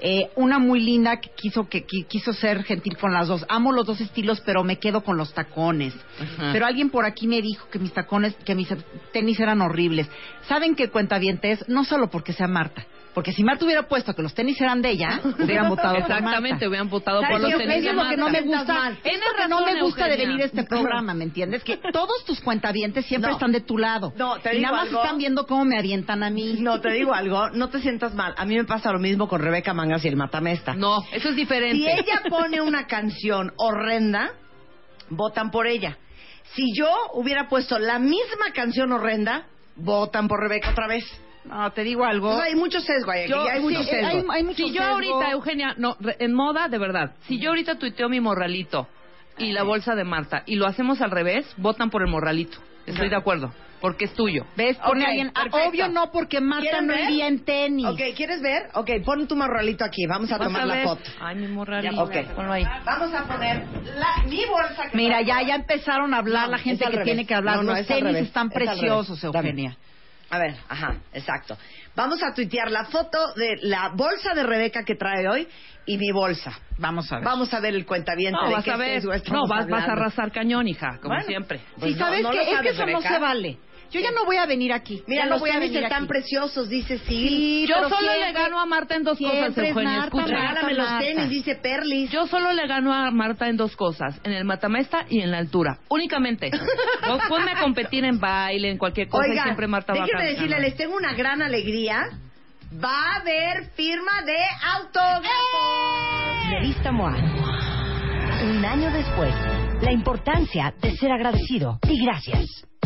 Speaker 7: Eh, una muy linda que quiso que qui- quiso ser gentil con las dos. Amo los dos estilos, pero me quedo con los tacones.
Speaker 1: Ah.
Speaker 3: Ajá.
Speaker 7: Pero alguien por aquí me dijo que mis tacones, que mis tenis eran horribles. ¿Saben qué cuentavientes? No solo porque sea Marta, porque si Marta hubiera puesto que los tenis eran de ella, hubieran votado por Marta.
Speaker 3: Exactamente, hubieran votado
Speaker 7: ¿Sabes
Speaker 3: por los
Speaker 7: qué?
Speaker 3: tenis
Speaker 7: Eso
Speaker 3: de
Speaker 7: es lo que no
Speaker 3: Marta.
Speaker 7: me gusta.
Speaker 3: Mal.
Speaker 7: Es
Speaker 3: Tienes
Speaker 7: lo que no
Speaker 3: razón,
Speaker 7: me gusta de
Speaker 3: Eugenia.
Speaker 7: venir a este programa, ¿me entiendes? Que todos tus cuentavientes siempre
Speaker 1: No.
Speaker 7: están de tu lado.
Speaker 1: No, te
Speaker 7: y
Speaker 1: digo
Speaker 7: nada más
Speaker 1: algo.
Speaker 7: están viendo cómo me avientan a mí.
Speaker 1: No, te digo algo, no te sientas mal. A mí me pasa lo mismo con Rebeca Mangas y el Matamesta.
Speaker 3: No, eso es diferente.
Speaker 1: Si ella pone una canción horrenda, votan por ella. Si yo hubiera puesto la misma canción horrenda, votan por Rebeca otra vez.
Speaker 7: No, te digo algo.
Speaker 1: Entonces, hay mucho sesgo ahí, aquí,
Speaker 3: Yo-
Speaker 1: hay mucho
Speaker 3: sí,
Speaker 1: sesgo.
Speaker 7: eh, hay- hay mucho
Speaker 3: si yo
Speaker 7: sesgo.
Speaker 3: ahorita, Eugenia, no, re- en moda, de verdad, si yo ahorita tuiteo mi morralito y la bolsa de Marta y lo hacemos al revés, votan por el morralito. Estoy de acuerdo, porque es tuyo.
Speaker 7: ¿Ves? Pone
Speaker 1: Ok,
Speaker 7: alguien. Ah,
Speaker 1: perfecto.
Speaker 7: Obvio no, porque Marta
Speaker 1: ¿Quieren
Speaker 7: no
Speaker 1: ver?
Speaker 7: iría en tenis.
Speaker 1: Ok, ¿quieres ver? Ok, pon tu marralito aquí, vamos a
Speaker 3: Vas
Speaker 1: tomar
Speaker 3: a
Speaker 1: la
Speaker 3: ver.
Speaker 1: foto.
Speaker 3: Ay, mi morralito.
Speaker 1: Ya, ok.
Speaker 3: Ponlo ahí.
Speaker 1: Vamos a poner la- mi bolsa. que
Speaker 7: Mira,
Speaker 1: traigo.
Speaker 7: ya, ya empezaron a hablar
Speaker 1: No,
Speaker 7: la gente
Speaker 1: es al
Speaker 7: que
Speaker 1: revés.
Speaker 7: tiene que hablar.
Speaker 1: No, no,
Speaker 7: los
Speaker 1: es al
Speaker 7: tenis
Speaker 1: revés,
Speaker 7: están
Speaker 1: es al revés.
Speaker 7: preciosos,
Speaker 1: Dame.
Speaker 7: Eugenia.
Speaker 1: A ver, ajá, exacto. Vamos a tuitear la foto de la bolsa de Rebeca que trae hoy y mi bolsa.
Speaker 7: Vamos a ver.
Speaker 1: Vamos a ver el cuentaviente
Speaker 3: No,
Speaker 1: de
Speaker 3: vas
Speaker 1: qué
Speaker 3: a ver.
Speaker 1: sesgo estamos
Speaker 3: No, vas, vas a
Speaker 1: hablando.
Speaker 3: arrasar cañón, hija, como
Speaker 1: Bueno.
Speaker 3: siempre.
Speaker 1: Pues
Speaker 7: si
Speaker 1: no,
Speaker 7: sabes
Speaker 1: no
Speaker 7: que
Speaker 1: lo
Speaker 7: es que
Speaker 1: sabes,
Speaker 7: eso
Speaker 1: Rebeca.
Speaker 7: no se vale. Yo ya no voy a venir aquí.
Speaker 1: Mira,
Speaker 7: ya
Speaker 1: los
Speaker 7: no voy a
Speaker 1: tenis
Speaker 7: venir
Speaker 1: están
Speaker 7: aquí.
Speaker 1: preciosos, dice
Speaker 7: Sí,
Speaker 1: Sil.
Speaker 3: Yo
Speaker 7: pero
Speaker 3: solo le
Speaker 7: siempre-
Speaker 3: gano a Marta en dos cosas,
Speaker 7: siempre es
Speaker 3: Eugenia.
Speaker 7: Marta,
Speaker 3: escucha.
Speaker 7: Marta.
Speaker 1: Regálame los tenis, dice Perlis.
Speaker 3: Yo solo le gano a Marta en dos cosas, en el matamesta y en la altura, únicamente. Vos ponme a competir en baile, en cualquier cosa y
Speaker 1: Oiga,
Speaker 3: siempre Marta va a
Speaker 1: déjenme
Speaker 3: ganar.
Speaker 1: decirle, les tengo una gran alegría. Va a haber firma de autógrafo.
Speaker 6: ¡Eh! Revista MOA. Un año después, la importancia de ser agradecido y gracias.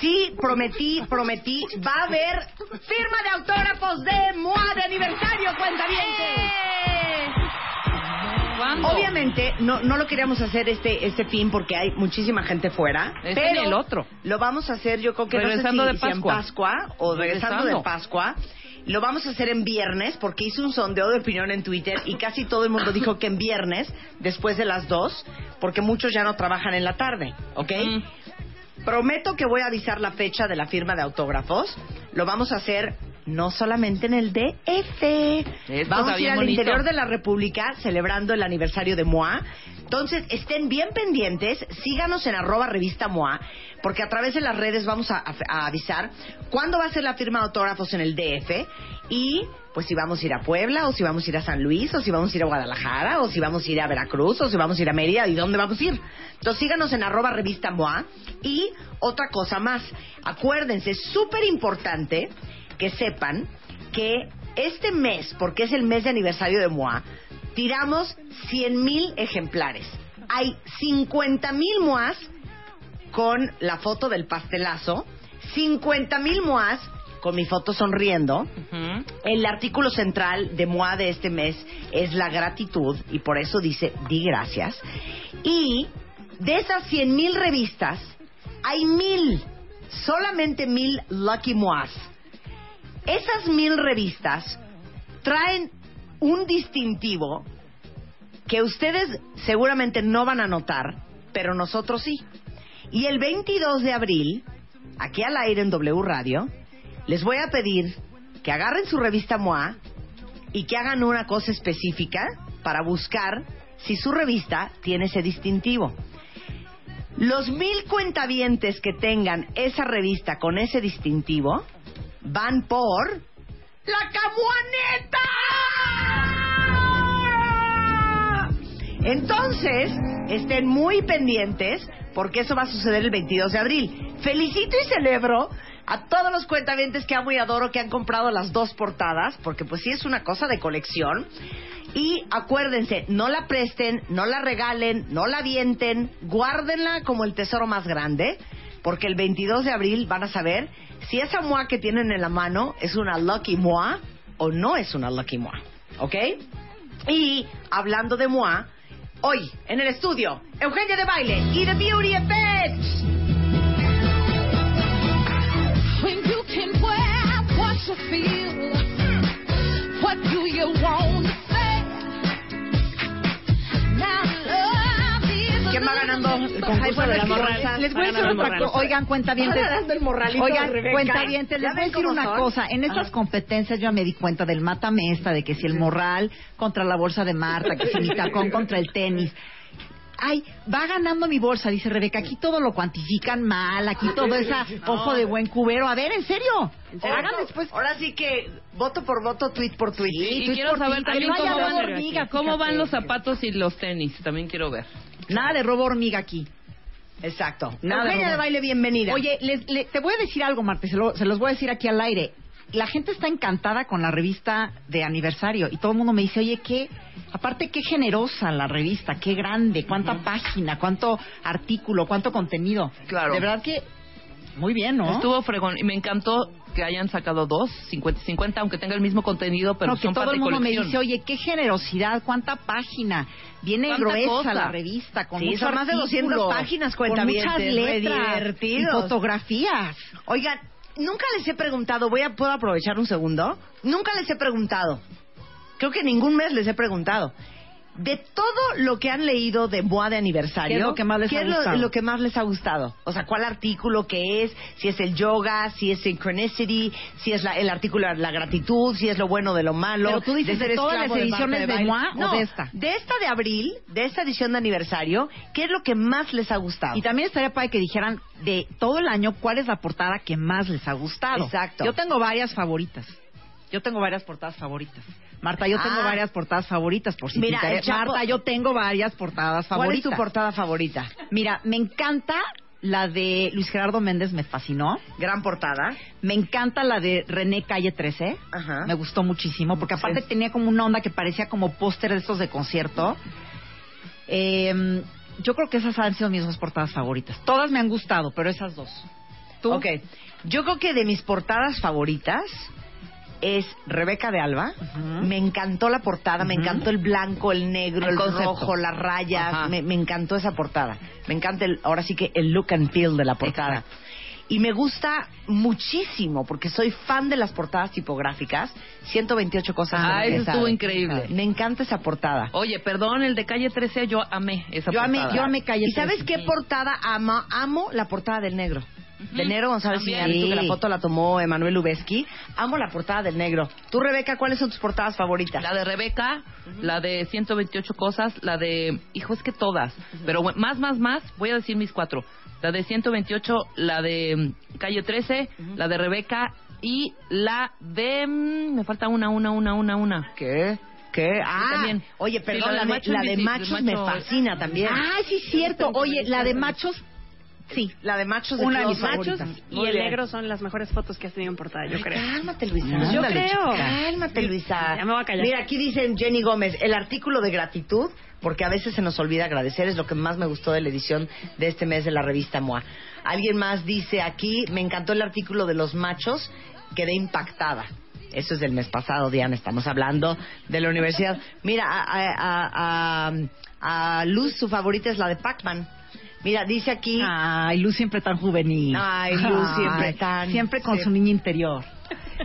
Speaker 1: Sí, prometí, prometí. Va a haber firma de autógrafos de MOA de aniversario, cuenta
Speaker 3: ¿Cuándo?
Speaker 1: Obviamente, no, no lo queríamos hacer este, este fin porque hay muchísima gente fuera.
Speaker 3: Este
Speaker 1: pero
Speaker 3: ni el otro.
Speaker 1: Lo vamos a hacer, yo creo que
Speaker 3: Regresando
Speaker 1: no sé
Speaker 3: de
Speaker 1: si, si en
Speaker 3: Pascua.
Speaker 1: Pascua o regresando,
Speaker 3: Regresando.
Speaker 1: de Pascua. Lo vamos a hacer en viernes porque hice un sondeo de opinión en Twitter y casi todo el mundo dijo que en viernes, después de las dos, porque muchos ya no trabajan en la tarde, ¿ok?
Speaker 3: Mm.
Speaker 1: Prometo que voy a avisar la fecha de la firma de autógrafos. Lo vamos a hacer no solamente en el DF.
Speaker 3: Esto
Speaker 1: vamos a
Speaker 3: está
Speaker 1: ir
Speaker 3: bien
Speaker 1: al
Speaker 3: bonito.
Speaker 1: interior de la República celebrando el aniversario de MOA. Entonces, estén bien pendientes, síganos en arroba revista MOA, porque a través de las redes vamos a, a- a avisar cuándo va a ser la firma de autógrafos en el DF y pues si vamos a ir a Puebla o si vamos a ir a San Luis o si vamos a ir a Guadalajara o si vamos a ir a Veracruz o si vamos a ir a Mérida y dónde vamos a ir. Entonces síganos en arroba revista MOA y otra cosa más. Acuérdense, es súper importante que sepan que este mes, porque es el mes de aniversario de MOA, tiramos 100 mil ejemplares. Hay 50 mil MOAs con la foto del pastelazo, 50 mil MOAs con mi foto sonriendo,
Speaker 3: Mm, Ujú.
Speaker 1: el artículo central de MOA de este mes es la gratitud y por eso dice di gracias. Y de esas 100.000 mil revistas, hay mil, solamente mil Lucky MOAs. Esas mil revistas traen un distintivo que ustedes seguramente no van a notar, pero nosotros sí. Y el 22 de abril, aquí al aire en W Radio, les voy a pedir que agarren su revista MOA y que hagan una cosa específica para buscar si su revista tiene ese distintivo. Los mil cuentavientes que tengan esa revista con ese distintivo van por la camuaneta. Entonces, estén muy pendientes porque eso va a suceder el 22 de abril. Felicito y celebro a todos los cuentavientes que amo y adoro que han comprado las dos portadas, porque pues sí es una cosa de colección. Y acuérdense, no la presten, no la regalen, no la vienten, guárdenla como el tesoro más grande, porque el 22 de abril van a saber si esa moa que tienen en la mano es una lucky moa o no es una lucky moa, ¿ok? Y hablando de moa, hoy en el estudio, Eugenia de Baile y The Beauty Effect.
Speaker 8: When you can wear what you feel, what do you want to say? Now love is a
Speaker 1: ¿Quién va ganando el concurso
Speaker 7: Ay, bueno,
Speaker 1: de
Speaker 7: es
Speaker 1: la
Speaker 7: que
Speaker 1: morral?
Speaker 7: les voy a decir otra cosa. Oigan, cuenta bien.
Speaker 1: el morralito
Speaker 7: Oigan, cuentavientes, les voy a decir una cosa. En
Speaker 1: Ah.
Speaker 7: estas competencias yo ya me di cuenta del mátame esta, de que si el morral contra la bolsa de Marta, que si mi tacón contra el tenis. Ay, va ganando mi bolsa, dice Rebeca. Aquí todo lo cuantifican mal, aquí
Speaker 1: Ah,
Speaker 7: todo es a ojo de buen cubero. A ver, en serio. Hagan después.
Speaker 1: Ahora sí que voto por voto, tweet por tweet.
Speaker 3: Y,
Speaker 1: Tweet
Speaker 3: quiero
Speaker 1: por
Speaker 3: saber
Speaker 1: tweet.
Speaker 3: también
Speaker 1: Que no
Speaker 3: cómo
Speaker 1: haya
Speaker 3: van,
Speaker 1: dedo hormiga,
Speaker 3: cómo van
Speaker 1: fíjate.
Speaker 3: los zapatos y los tenis. También quiero ver.
Speaker 7: Nada de robo hormiga aquí.
Speaker 1: Exacto.
Speaker 7: Nada,
Speaker 1: Eugenia
Speaker 7: Rubén.
Speaker 1: de baile, bienvenida.
Speaker 7: Oye, les- le- te voy a decir algo, Marta, se, lo- se los voy a decir aquí al aire. La gente está encantada con la revista de aniversario y todo el mundo me dice, oye, qué, aparte qué generosa la revista, qué grande, cuánta página, cuánto artículo, cuánto contenido.
Speaker 3: Claro.
Speaker 7: De verdad que muy bien, ¿no?
Speaker 3: Estuvo fregón. Y me encantó que hayan sacado dos, 50 y 50, aunque tenga el mismo contenido, pero
Speaker 7: No, que
Speaker 3: son
Speaker 7: todo
Speaker 3: parte
Speaker 7: el mundo me
Speaker 3: colección.
Speaker 7: dice, oye, qué generosidad, cuánta página. Viene
Speaker 3: Cuánta
Speaker 7: gruesa
Speaker 3: cosa.
Speaker 7: la revista, con
Speaker 1: Sí,
Speaker 7: mucho
Speaker 1: son más de
Speaker 7: artículo,
Speaker 1: 200 páginas,
Speaker 7: con muchas
Speaker 1: cuentavientes, re
Speaker 7: letras, y
Speaker 1: divertidos.
Speaker 7: fotografías.
Speaker 1: Oigan, nunca les he preguntado, voy a, ¿puedo aprovechar un segundo? Nunca les he preguntado, creo que ningún mes les he preguntado, de todo lo que han leído de Boa de Aniversario,
Speaker 7: ¿Qué es lo que más les
Speaker 1: ¿qué
Speaker 7: ha
Speaker 1: es lo-
Speaker 7: gustado?
Speaker 1: lo que más les ha gustado? O sea, ¿cuál artículo que es? Si es el yoga, si es synchronicity, si es la- el artículo de la gratitud, si es lo bueno de lo malo.
Speaker 7: Pero tú dices,
Speaker 1: ser
Speaker 7: ¿de todas
Speaker 1: esclavo
Speaker 7: las
Speaker 1: Marta
Speaker 7: ediciones de
Speaker 1: baile.
Speaker 7: Moi o
Speaker 1: No,
Speaker 7: de esta?
Speaker 1: De esta de abril, de esta edición de aniversario, ¿qué es lo que más les ha gustado?
Speaker 7: Y también estaría para que dijeran de todo el año cuál es la portada que más les ha gustado.
Speaker 1: Exacto.
Speaker 7: Yo tengo varias favoritas. Yo tengo varias portadas favoritas. Marta, yo tengo
Speaker 1: Ah.
Speaker 7: varias portadas favoritas, por si
Speaker 1: Mira,
Speaker 7: te
Speaker 1: el
Speaker 7: interesa.
Speaker 1: Chapo-
Speaker 7: Marta, yo tengo varias portadas
Speaker 1: ¿Cuál es
Speaker 7: favoritas.
Speaker 1: tu portada favorita?
Speaker 7: Mira, me encanta la de Luis Gerardo Méndez, me fascinó.
Speaker 1: Gran portada.
Speaker 7: Me encanta la de René Calle 13.
Speaker 1: Ajá.
Speaker 7: Me gustó muchísimo, porque aparte
Speaker 1: Sí.
Speaker 7: tenía como una onda que parecía como póster de estos de concierto.
Speaker 1: Em,
Speaker 7: Eh, yo creo que esas han sido mis dos portadas favoritas. Todas me han gustado, pero esas dos. ¿Tú?
Speaker 1: Ok. Yo creo que de mis portadas favoritas es Rebeca de Alba.
Speaker 7: Ujú.
Speaker 1: Me encantó la portada, me
Speaker 7: Ujú.
Speaker 1: encantó el blanco, el negro, el,
Speaker 7: El concepto.
Speaker 1: rojo, las rayas.
Speaker 7: Ajá.
Speaker 1: Me, me encantó esa portada. Me encanta el, ahora sí que el look and feel de la portada.
Speaker 7: Exacto.
Speaker 1: Y me gusta muchísimo porque soy fan de las portadas tipográficas. 128 cosas.
Speaker 3: Ah,
Speaker 1: de
Speaker 3: eso
Speaker 1: esa-
Speaker 3: estuvo increíble.
Speaker 1: Me encanta esa portada.
Speaker 3: Oye, perdón, el de calle 13, yo amé esa
Speaker 7: Yo amé,
Speaker 3: portada.
Speaker 7: yo amé Calle
Speaker 1: ¿Y sabes qué portada amo? Amo la portada del negro. De Negro González
Speaker 3: También.
Speaker 1: Iñárritu, que la
Speaker 7: Sí.
Speaker 1: foto la tomó Emanuel Ubeski. Amo la portada del negro. Tú, Rebeca, ¿cuáles son tus portadas favoritas?
Speaker 3: La de Rebeca, la de 128 cosas, la de... Hijo, es que todas. Pero bueno, más, más, más, voy a decir mis cuatro. La de 128, la de mm, Calle 13, la de Rebeca y la de... mm, Me falta una, una, una, una, una.
Speaker 1: ¿Qué? ¿Qué? Ah,
Speaker 3: también.
Speaker 1: oye,
Speaker 3: Sí,
Speaker 1: perdón, la,
Speaker 3: la de
Speaker 1: de-
Speaker 3: Machos
Speaker 1: la de
Speaker 3: Bici-
Speaker 1: machos
Speaker 3: Machos-
Speaker 1: me fascina también.
Speaker 7: Ah, sí, cierto. Oye, la de machos. Sí.
Speaker 1: la de machos
Speaker 7: Una de
Speaker 1: Closet.
Speaker 7: mis
Speaker 5: Machos
Speaker 7: favoritas.
Speaker 5: y
Speaker 1: Muy
Speaker 5: el
Speaker 1: bien.
Speaker 5: negro son las mejores fotos que has tenido en portada, yo
Speaker 1: Ay, ah,
Speaker 5: creo.
Speaker 1: Cálmate, Luisa.
Speaker 7: Yo
Speaker 1: Ándale,
Speaker 5: creo.
Speaker 1: chica. Cálmate, Luisa.
Speaker 5: Ya me voy a callar.
Speaker 1: Mira, aquí dicen Jenny Gómez, el artículo de gratitud, porque a veces se nos olvida agradecer, es lo que más me gustó de la edición de este mes de la revista MOA. Alguien más dice aquí, me encantó el artículo de los machos, quedé impactada. Eso es del mes pasado, Diana. Estamos hablando de la universidad. Mira, a, a- a- a- a Luz, su favorita es la de Pac-Man. Mira, dice aquí.
Speaker 3: Ah.
Speaker 7: Ay, Luz siempre tan juvenil.
Speaker 1: Ay, Luz siempre
Speaker 7: Ay,
Speaker 1: tan-
Speaker 7: Siempre con
Speaker 1: sí.
Speaker 7: su niño interior.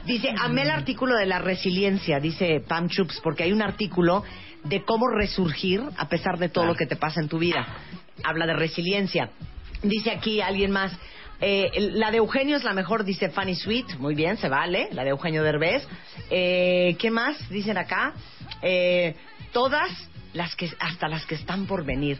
Speaker 1: Dice, amé el artículo de la resiliencia, dice Pam Chups, porque hay un artículo de cómo resurgir a pesar de todo lo que te pasa en tu vida. Habla de resiliencia. Dice aquí alguien más,
Speaker 3: Eh, el- la de Eugenio es la mejor, dice Fanny Sweet. Muy bien, se vale. La de Eugenio Derbez. Eh, ¿Qué más dicen acá? Eh, todas las que, hasta las que están por venir.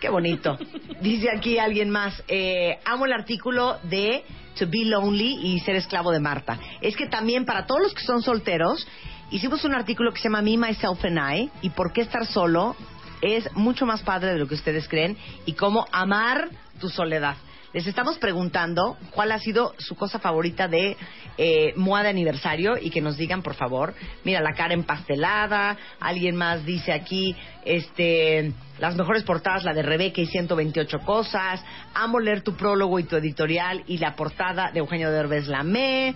Speaker 3: Qué bonito. Dice aquí alguien más. eh, amo el artículo de To Be Lonely y Ser Esclavo de Marta. Es que también para todos los que son solteros, hicimos un artículo que se llama Me, Myself and I y por qué estar solo es mucho más padre de lo que ustedes creen y cómo amar tu soledad. Les estamos preguntando cuál ha sido su cosa favorita de eh, MOA de aniversario y que nos digan, por favor. Mira, la cara empastelada, alguien más dice aquí, este, las mejores portadas, la de Rebeca y 128 cosas. Amo leer tu prólogo y tu editorial y la portada de Eugenio Derbez Lamé.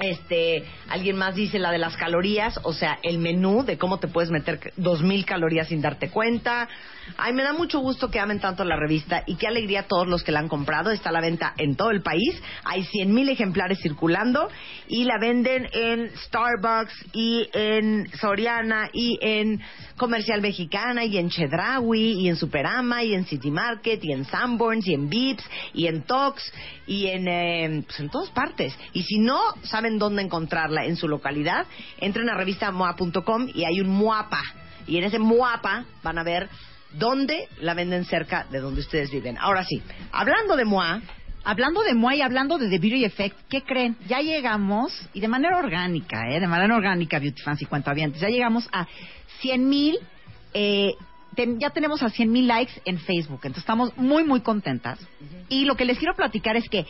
Speaker 3: Este, alguien más dice la de las calorías, o sea, el menú de cómo te puedes meter dos mil calorías sin darte cuenta. Ay, me da mucho gusto que amen tanto la revista y qué alegría a todos los que la han comprado. Está a la venta en todo el país. Hay cien mil ejemplares circulando y la venden en Starbucks y en Soriana y en Comercial Mexicana y en Chedraui y en Superama y en City Market y en Sanborns y en Vips y en Tox y en, eh, pues en todas partes. Y si no saben dónde encontrarla en su localidad, entren a revistamoa.com y hay un muapa. Y en ese muapa van a ver dónde la venden cerca de donde ustedes viven. Ahora sí, hablando de moa,
Speaker 1: Hablando de Moa y hablando de The Beauty Effect, ¿qué creen? Ya llegamos, y de manera orgánica, ¿eh? De manera orgánica, Beauty Fans y cuentavientes, ya llegamos a 100 mil, eh, ten- ya tenemos a 100 mil likes en Facebook, entonces estamos muy, muy contentas. Y lo que les quiero platicar es que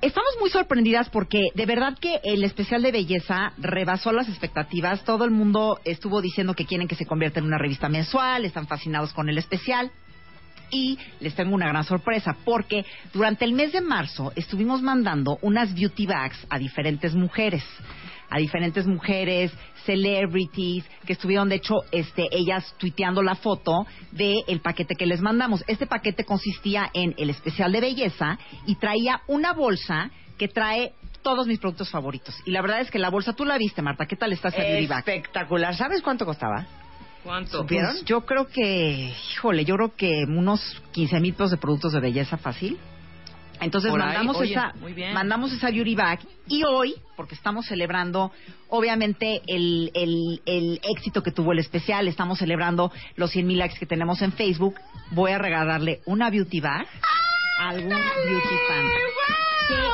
Speaker 1: Estamos muy sorprendidas porque de verdad que el especial de belleza rebasó las expectativas. Todo el mundo estuvo diciendo que quieren que se convierta en una revista mensual, están fascinados con el especial. Y les tengo una gran sorpresa porque durante el mes de marzo estuvimos mandando unas beauty bags a diferentes mujeres. A diferentes mujeres, celebrities, que estuvieron de hecho este, ellas tuiteando la foto del paquete que les mandamos. Este paquete consistía en el especial de belleza y traía una bolsa que trae todos mis productos favoritos. Y la verdad es que la bolsa tú la viste, Marta. ¿Qué tal está esa beauty bag?
Speaker 3: espectacular. ¿Sabes cuánto costaba?
Speaker 9: ¿Cuánto?
Speaker 3: ¿Supieron?
Speaker 1: Pues, yo creo que, híjole, yo creo que unos 15 mil pesos de productos de belleza fácil. Entonces
Speaker 9: Por ahí,
Speaker 1: mandamos
Speaker 9: oye,
Speaker 1: esa,
Speaker 9: muy bien.
Speaker 1: mandamos esa beauty bag y hoy, porque estamos celebrando, obviamente el, el- el éxito que tuvo el especial, estamos celebrando los 100 mil likes que tenemos en Facebook. Voy a regalarle una beauty bag a algún beauty fan.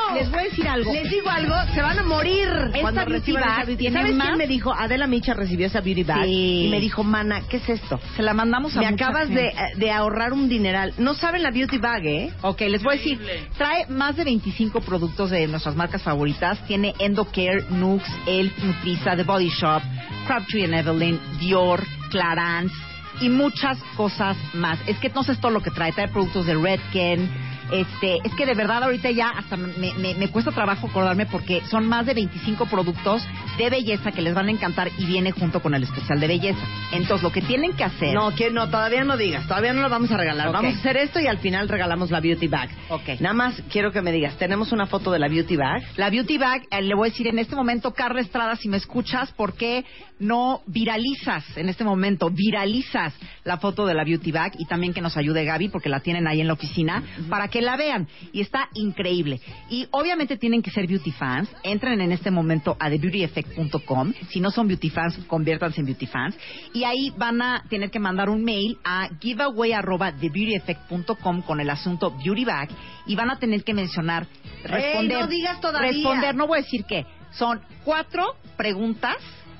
Speaker 1: Que les voy a decir algo.
Speaker 3: Les digo algo, se van a morir
Speaker 1: Esta
Speaker 3: cuando
Speaker 1: beauty
Speaker 3: reciban
Speaker 1: bag
Speaker 3: esa beauty.
Speaker 1: tiene
Speaker 3: ¿Sabes
Speaker 1: más?
Speaker 3: quién me dijo? Adela Micha recibió esa beauty bag
Speaker 1: Sí.
Speaker 3: y me dijo, "Mana, ¿qué es esto?"
Speaker 1: se la mandamos a
Speaker 3: Me
Speaker 1: mucha
Speaker 3: acabas
Speaker 1: gente.
Speaker 3: de, de ahorrar un dineral. No saben la beauty bag, ¿eh?
Speaker 1: Ok, les voy a decir,
Speaker 9: Increíble.
Speaker 1: trae más de 25 productos de nuestras marcas favoritas. Tiene Endocare, Nux, Elf, Nutrisa, The Body Shop, Crabtree and Evelyn, Dior, Clarins y muchas cosas más. Es que no sé todo lo que trae. Trae productos de Redken. Este, es que de verdad ahorita ya hasta me, me- me cuesta trabajo acordarme porque son más de 25 productos de belleza que les van a encantar y viene junto con el especial de belleza. Entonces lo que tienen que hacer...
Speaker 3: No, que no, todavía no digas, todavía no lo vamos a regalar.
Speaker 1: Ok.
Speaker 3: Vamos a hacer esto y al final regalamos la beauty bag.
Speaker 1: Ok.
Speaker 3: Nada más quiero que me digas, ¿tenemos una foto de la beauty bag?
Speaker 1: La beauty bag, eh, le voy a decir en este momento, Carla Estrada, si me escuchas, ¿por qué no viralizas en este momento? Viralizas la foto de la beauty bag y también que nos ayude Gaby, porque la tienen ahí en la oficina, para que la vean. Y está increíble. Y obviamente tienen que ser beauty fans. Entren en este momento a TheBeautyEffect.com. Si no son beauty fans, conviértanse en beauty fans. Y ahí van a tener que mandar un mail a giveaway.thebeautyeffect.com con el asunto beauty bag y van a tener que mencionar responder.
Speaker 3: ¡Ey, no digas todavía!
Speaker 1: Responder, no voy a decir qué. Son cuatro preguntas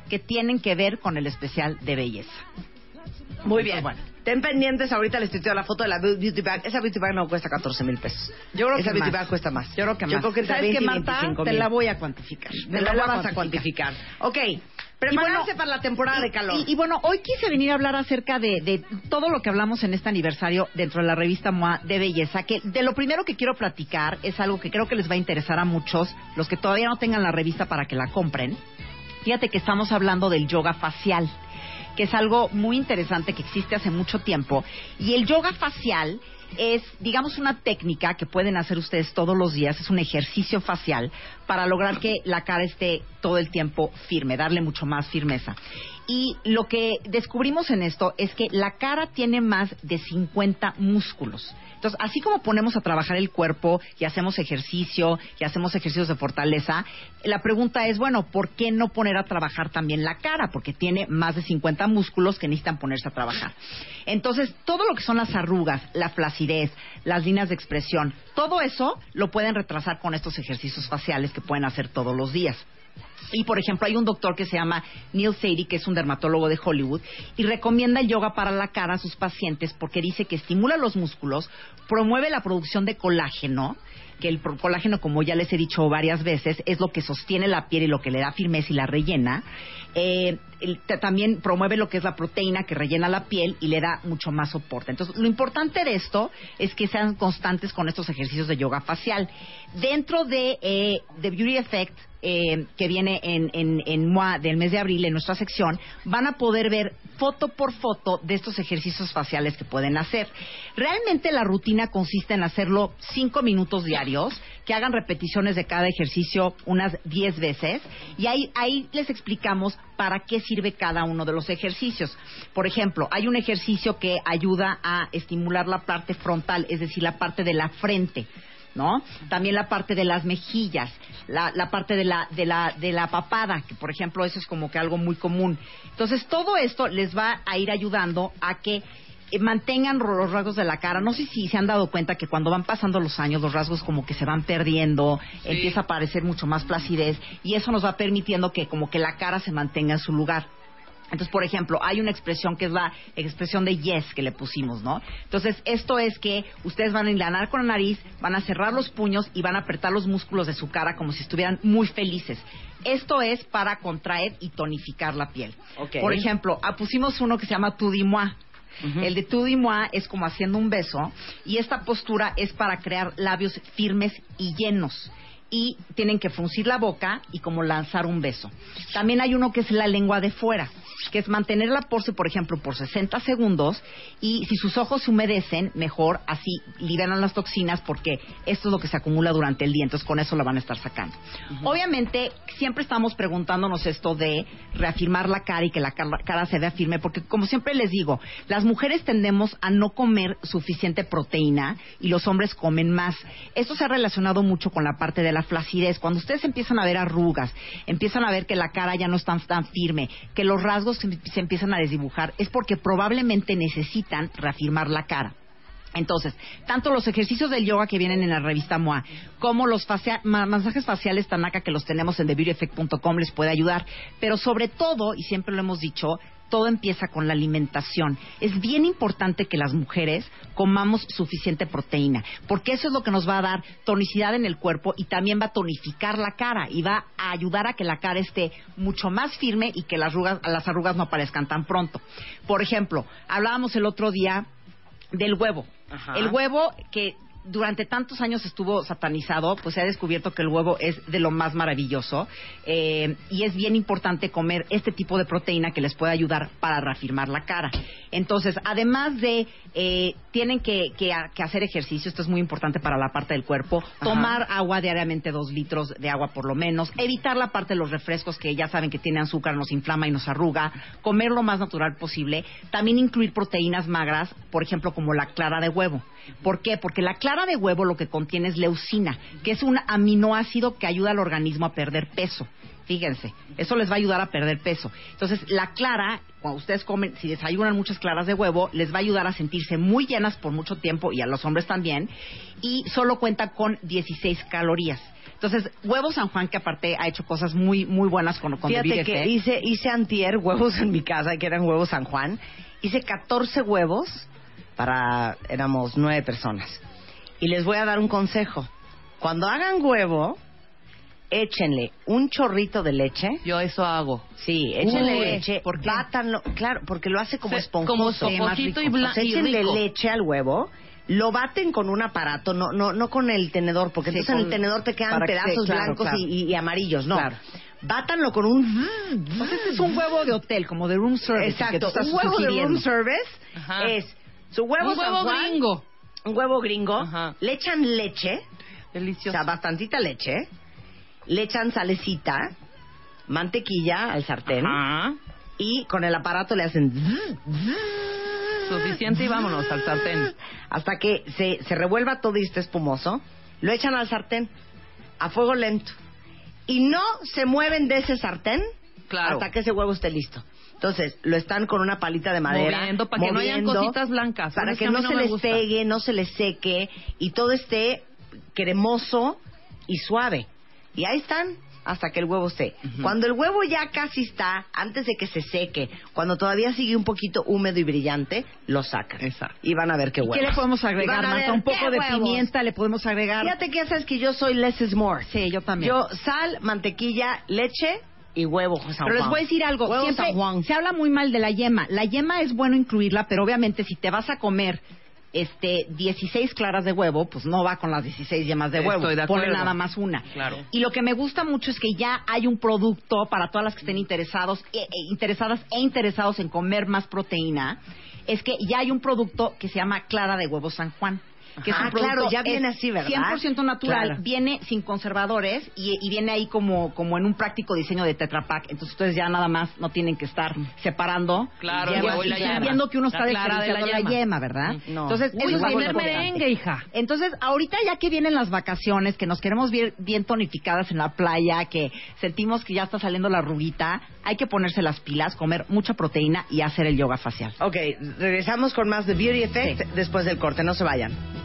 Speaker 1: que tienen que ver con el especial de belleza.
Speaker 3: Muy bien. Bueno, estén pendientes, ahorita les tuiteo la foto de la beauty bag. Esa beauty bag no cuesta 14 mil pesos.
Speaker 1: Yo creo
Speaker 3: Esa
Speaker 1: que
Speaker 3: beauty
Speaker 1: más.
Speaker 3: bag cuesta más.
Speaker 1: Yo creo que más.
Speaker 3: Yo creo que entre
Speaker 1: ¿Sabes qué,
Speaker 3: 20 y
Speaker 1: Marta?
Speaker 3: 25
Speaker 1: Te
Speaker 3: mil.
Speaker 1: la voy a cuantificar.
Speaker 3: Me
Speaker 1: Te
Speaker 3: la,
Speaker 1: voy
Speaker 3: vas a cuantificar. Ok, prepararse para la temporada
Speaker 1: y-
Speaker 3: de calor.
Speaker 1: Y, y bueno, hoy quise venir a hablar acerca de, de todo lo que hablamos en este aniversario dentro de la revista MOA de belleza, que de lo primero que quiero platicar es algo que creo que les va a interesar a muchos, los que todavía no tengan la revista para que la compren. Fíjate que estamos hablando del yoga facial, que es algo muy interesante que existe hace mucho tiempo. Y el yoga facial es, digamos, una técnica que pueden hacer ustedes todos los días, es un ejercicio facial para lograr que la cara esté todo el tiempo firme, darle mucho más firmeza. Y lo que descubrimos en esto es que la cara tiene más de 50 músculos. Entonces, así como ponemos a trabajar el cuerpo y hacemos ejercicio y hacemos ejercicios de fortaleza, la pregunta es, bueno, ¿por qué no poner a trabajar también la cara? Porque tiene más de 50 músculos que necesitan ponerse a trabajar. Entonces, todo lo que son las arrugas, la flacidez, las líneas de expresión, todo eso lo pueden retrasar con estos ejercicios faciales que pueden hacer todos los días. Y por ejemplo, hay un doctor que se llama Neil Sadie, que es un dermatólogo de Hollywood, y recomienda el yoga para la cara a sus pacientes porque dice que estimula los músculos, promueve la producción de colágeno, que el pro- colágeno, como ya les he dicho varias veces, es lo que sostiene la piel y lo que le da firmeza y la rellena. Eh, el- ta- también promueve lo que es la proteína que rellena la piel y le da mucho más soporte. Entonces, lo importante de esto es que sean constantes con estos ejercicios de yoga facial. Dentro de eh, The Beauty Effect, eh, que viene en, en, en MOA del mes de abril, en nuestra sección, van a poder ver foto por foto de estos ejercicios faciales que pueden hacer. Realmente la rutina consiste en hacerlo cinco minutos diarios, que hagan repeticiones de cada ejercicio unas 10 veces, y ahí, ahí les explicamos para qué sirve cada uno de los ejercicios. Por ejemplo, hay un ejercicio que ayuda a estimular la parte frontal, es decir, la parte de la frente. ¿no? También la parte de las mejillas, la, la parte de la, de, la, de la papada, que por ejemplo eso es como que algo muy común. Entonces todo esto les va a ir ayudando a que eh, mantengan ro- los rasgos de la cara. No sé si se han dado cuenta que cuando van pasando los años los rasgos como que se van perdiendo, empieza a aparecer mucho más placidez y eso nos va permitiendo que como que la cara se mantenga en su lugar. Entonces, por ejemplo, hay una expresión que es la expresión de yes que le pusimos, ¿no? Entonces, esto es que ustedes van a enlanar con la nariz, van a cerrar los puños y van a apretar los músculos de su cara como si estuvieran muy felices. Esto es para contraer y tonificar la piel. Por ejemplo, ah, pusimos uno que se llama tu El de tu es como haciendo un beso y esta postura es para crear labios firmes y llenos y tienen que fruncir la boca y como lanzar un beso. También hay uno que es la lengua de fuera, que es mantener la pose, por ejemplo, por 60 segundos y si sus ojos se humedecen, mejor así liberan las toxinas porque esto es lo que se acumula durante el día, entonces con eso la van a estar sacando. Obviamente, siempre estamos preguntándonos esto de reafirmar la cara y que la cara, cara se vea firme, porque como siempre les digo, las mujeres tendemos a no comer suficiente proteína y los hombres comen más. Esto se ha relacionado mucho con la parte de la flacidez. Cuando ustedes empiezan a ver arrugas, empiezan a ver que la cara ya no está tan firme, que los rasgos se, se empiezan a desdibujar, es porque probablemente necesitan reafirmar la cara. Entonces, tanto los ejercicios del yoga que vienen en la revista MOA como los facia- ma- masajes faciales Tanaka que los tenemos en TheBeautyEffect.com les puede ayudar. Pero sobre todo, y siempre lo hemos dicho, todo empieza con la alimentación. Es bien importante que las mujeres comamos suficiente proteína, porque eso es lo que nos va a dar tonicidad en el cuerpo y también va a tonificar la cara y va a ayudar a que la cara esté mucho más firme y que las arrugas, las arrugas no aparezcan tan pronto. Por ejemplo, hablábamos el otro día del huevo. El huevo que durante tantos años estuvo satanizado, pues se ha descubierto que el huevo es de lo más maravilloso eh, y es bien importante comer este tipo de proteína que les puede ayudar para reafirmar la cara. Entonces, además de, eh, tienen que, que ha- que hacer ejercicio, esto es muy importante para la parte del cuerpo, tomar agua diariamente, dos litros de agua por lo menos, evitar la parte de los refrescos que ya saben que tiene azúcar, nos inflama y nos arruga, comer lo más natural posible, también incluir proteínas magras, por ejemplo, como la clara de huevo. ¿Por qué? Porque la clara de huevo lo que contiene es leucina, que es un aminoácido que ayuda al organismo a perder peso. Fíjense, eso les va a ayudar a perder peso. Entonces, la clara, cuando ustedes comen, si desayunan muchas claras de huevo, les va a ayudar a sentirse muy llenas por mucho tiempo y a los hombres también. Y solo cuenta con 16 calorías. Entonces, Huevo San Juan, que aparte ha hecho cosas muy, muy buenas con, este. con
Speaker 3: Fíjate
Speaker 1: David
Speaker 3: que
Speaker 1: Effect.
Speaker 3: hice, hice antier huevos en mi casa, que eran huevos San Juan. Hice 14 huevos para, éramos nueve personas. Y les voy a dar un consejo. Cuando hagan huevo, échenle un chorrito de leche.
Speaker 10: Yo eso hago.
Speaker 3: Sí, échenle
Speaker 10: Uy,
Speaker 3: leche,
Speaker 10: ¿por qué?
Speaker 3: bátanlo, claro, porque lo hace como
Speaker 10: Se-
Speaker 3: esponjoso.
Speaker 10: como
Speaker 3: sí, más
Speaker 10: esponjosito
Speaker 3: rico.
Speaker 10: y blan-
Speaker 3: O sea,
Speaker 10: y
Speaker 3: échenle
Speaker 10: rico.
Speaker 3: leche al huevo, lo baten con un aparato, no no no con el tenedor, porque entonces en el tenedor te quedan
Speaker 1: para que-
Speaker 3: pedazos
Speaker 1: claro,
Speaker 3: blancos
Speaker 1: claro.
Speaker 3: Y, y- y amarillos, no.
Speaker 1: Claro.
Speaker 3: Bátanlo con un
Speaker 1: Pues este es un huevo de hotel, como de room service. que tú
Speaker 3: Exacto,
Speaker 1: estás
Speaker 3: un huevo de
Speaker 1: sugiriendo.
Speaker 3: room service
Speaker 10: Ajá.
Speaker 3: es su huevo,
Speaker 10: Un
Speaker 3: San
Speaker 10: huevo
Speaker 3: Juan,
Speaker 10: gringo.
Speaker 3: un huevo gringo,
Speaker 10: Ajá.
Speaker 3: le echan leche, o
Speaker 10: Delicioso.
Speaker 3: sea, bastantita leche,
Speaker 1: ¿Eh?
Speaker 3: le echan salecita, mantequilla al sartén
Speaker 10: Ajá.
Speaker 5: y con el aparato le hacen zzz, zzz,
Speaker 3: Suficiente y vámonos al sartén.
Speaker 5: hasta que se, se revuelva todo y esté espumoso, lo echan al sartén a fuego lento y no se mueven de ese sartén
Speaker 3: Claro.
Speaker 5: hasta que ese huevo esté listo. Entonces, lo están con una palita de madera.
Speaker 3: Moviendo, para que no hayan
Speaker 5: moviendo,
Speaker 3: cositas blancas.
Speaker 5: Para
Speaker 3: Es
Speaker 5: que
Speaker 3: a mí
Speaker 5: no, se
Speaker 3: me
Speaker 5: les
Speaker 3: gusta.
Speaker 5: pegue, no se les seque y todo esté cremoso y suave. Y ahí están hasta que el huevo esté. Cuando el huevo ya casi está, antes de que se seque, cuando todavía sigue un poquito húmedo y brillante, lo sacan.
Speaker 3: Exacto.
Speaker 5: Y van a ver qué huevo.
Speaker 1: ¿Qué le podemos agregar,
Speaker 5: Van a
Speaker 1: Marta?
Speaker 5: ver
Speaker 1: Un poco
Speaker 5: qué
Speaker 1: de
Speaker 5: huevos.
Speaker 1: pimienta le podemos agregar.
Speaker 5: Fíjate que ya sabes que yo soy less is more.
Speaker 1: Sí, yo también.
Speaker 5: Yo sal, mantequilla, leche y huevo. San
Speaker 1: Pero les
Speaker 5: Juan.
Speaker 1: voy a decir algo.
Speaker 5: Huevo
Speaker 1: Siempre
Speaker 5: San Juan.
Speaker 1: se habla muy mal de la yema. La yema es bueno incluirla, pero obviamente si te vas a comer este 16 claras de huevo, pues no va con las 16 yemas de
Speaker 3: Estoy
Speaker 1: huevo.
Speaker 3: de
Speaker 1: Pone
Speaker 3: acuerdo.
Speaker 1: nada más una.
Speaker 3: Claro.
Speaker 1: Y lo que me gusta mucho es que ya hay un producto para todas las que estén interesados, e- e- interesadas e interesados en comer más proteína. Es que ya hay un producto que se llama clara de huevo San Juan. Que es
Speaker 5: Ajá,
Speaker 1: un producto-
Speaker 5: claro, ya
Speaker 1: Ah, es
Speaker 5: viene así, ¿verdad?
Speaker 1: 100% natural,
Speaker 5: Claro.
Speaker 1: viene sin conservadores y, y viene ahí como, como en un práctico diseño de Tetra Pak. Entonces ustedes ya nada más no tienen que estar separando.
Speaker 3: Claro,
Speaker 1: yemas
Speaker 3: el huevo y la
Speaker 1: y
Speaker 3: yema.
Speaker 1: Entiendo que uno
Speaker 3: La
Speaker 1: está
Speaker 3: clara de la
Speaker 1: desperdiciando la yema,
Speaker 3: yema. Mm,
Speaker 1: ¿verdad?
Speaker 5: No.
Speaker 1: Entonces,
Speaker 5: Uy,
Speaker 1: eso es
Speaker 5: va a
Speaker 1: muy
Speaker 5: volver
Speaker 1: importante.
Speaker 3: merengue, hija.
Speaker 1: Entonces, ahorita ya que vienen las vacaciones, que nos queremos ver bien tonificadas en la playa, que sentimos que ya está saliendo la ruguita, hay que ponerse las pilas, comer mucha proteína y hacer el yoga facial.
Speaker 5: Ok, regresamos con más de Beauty Effect después del corte. No se vayan.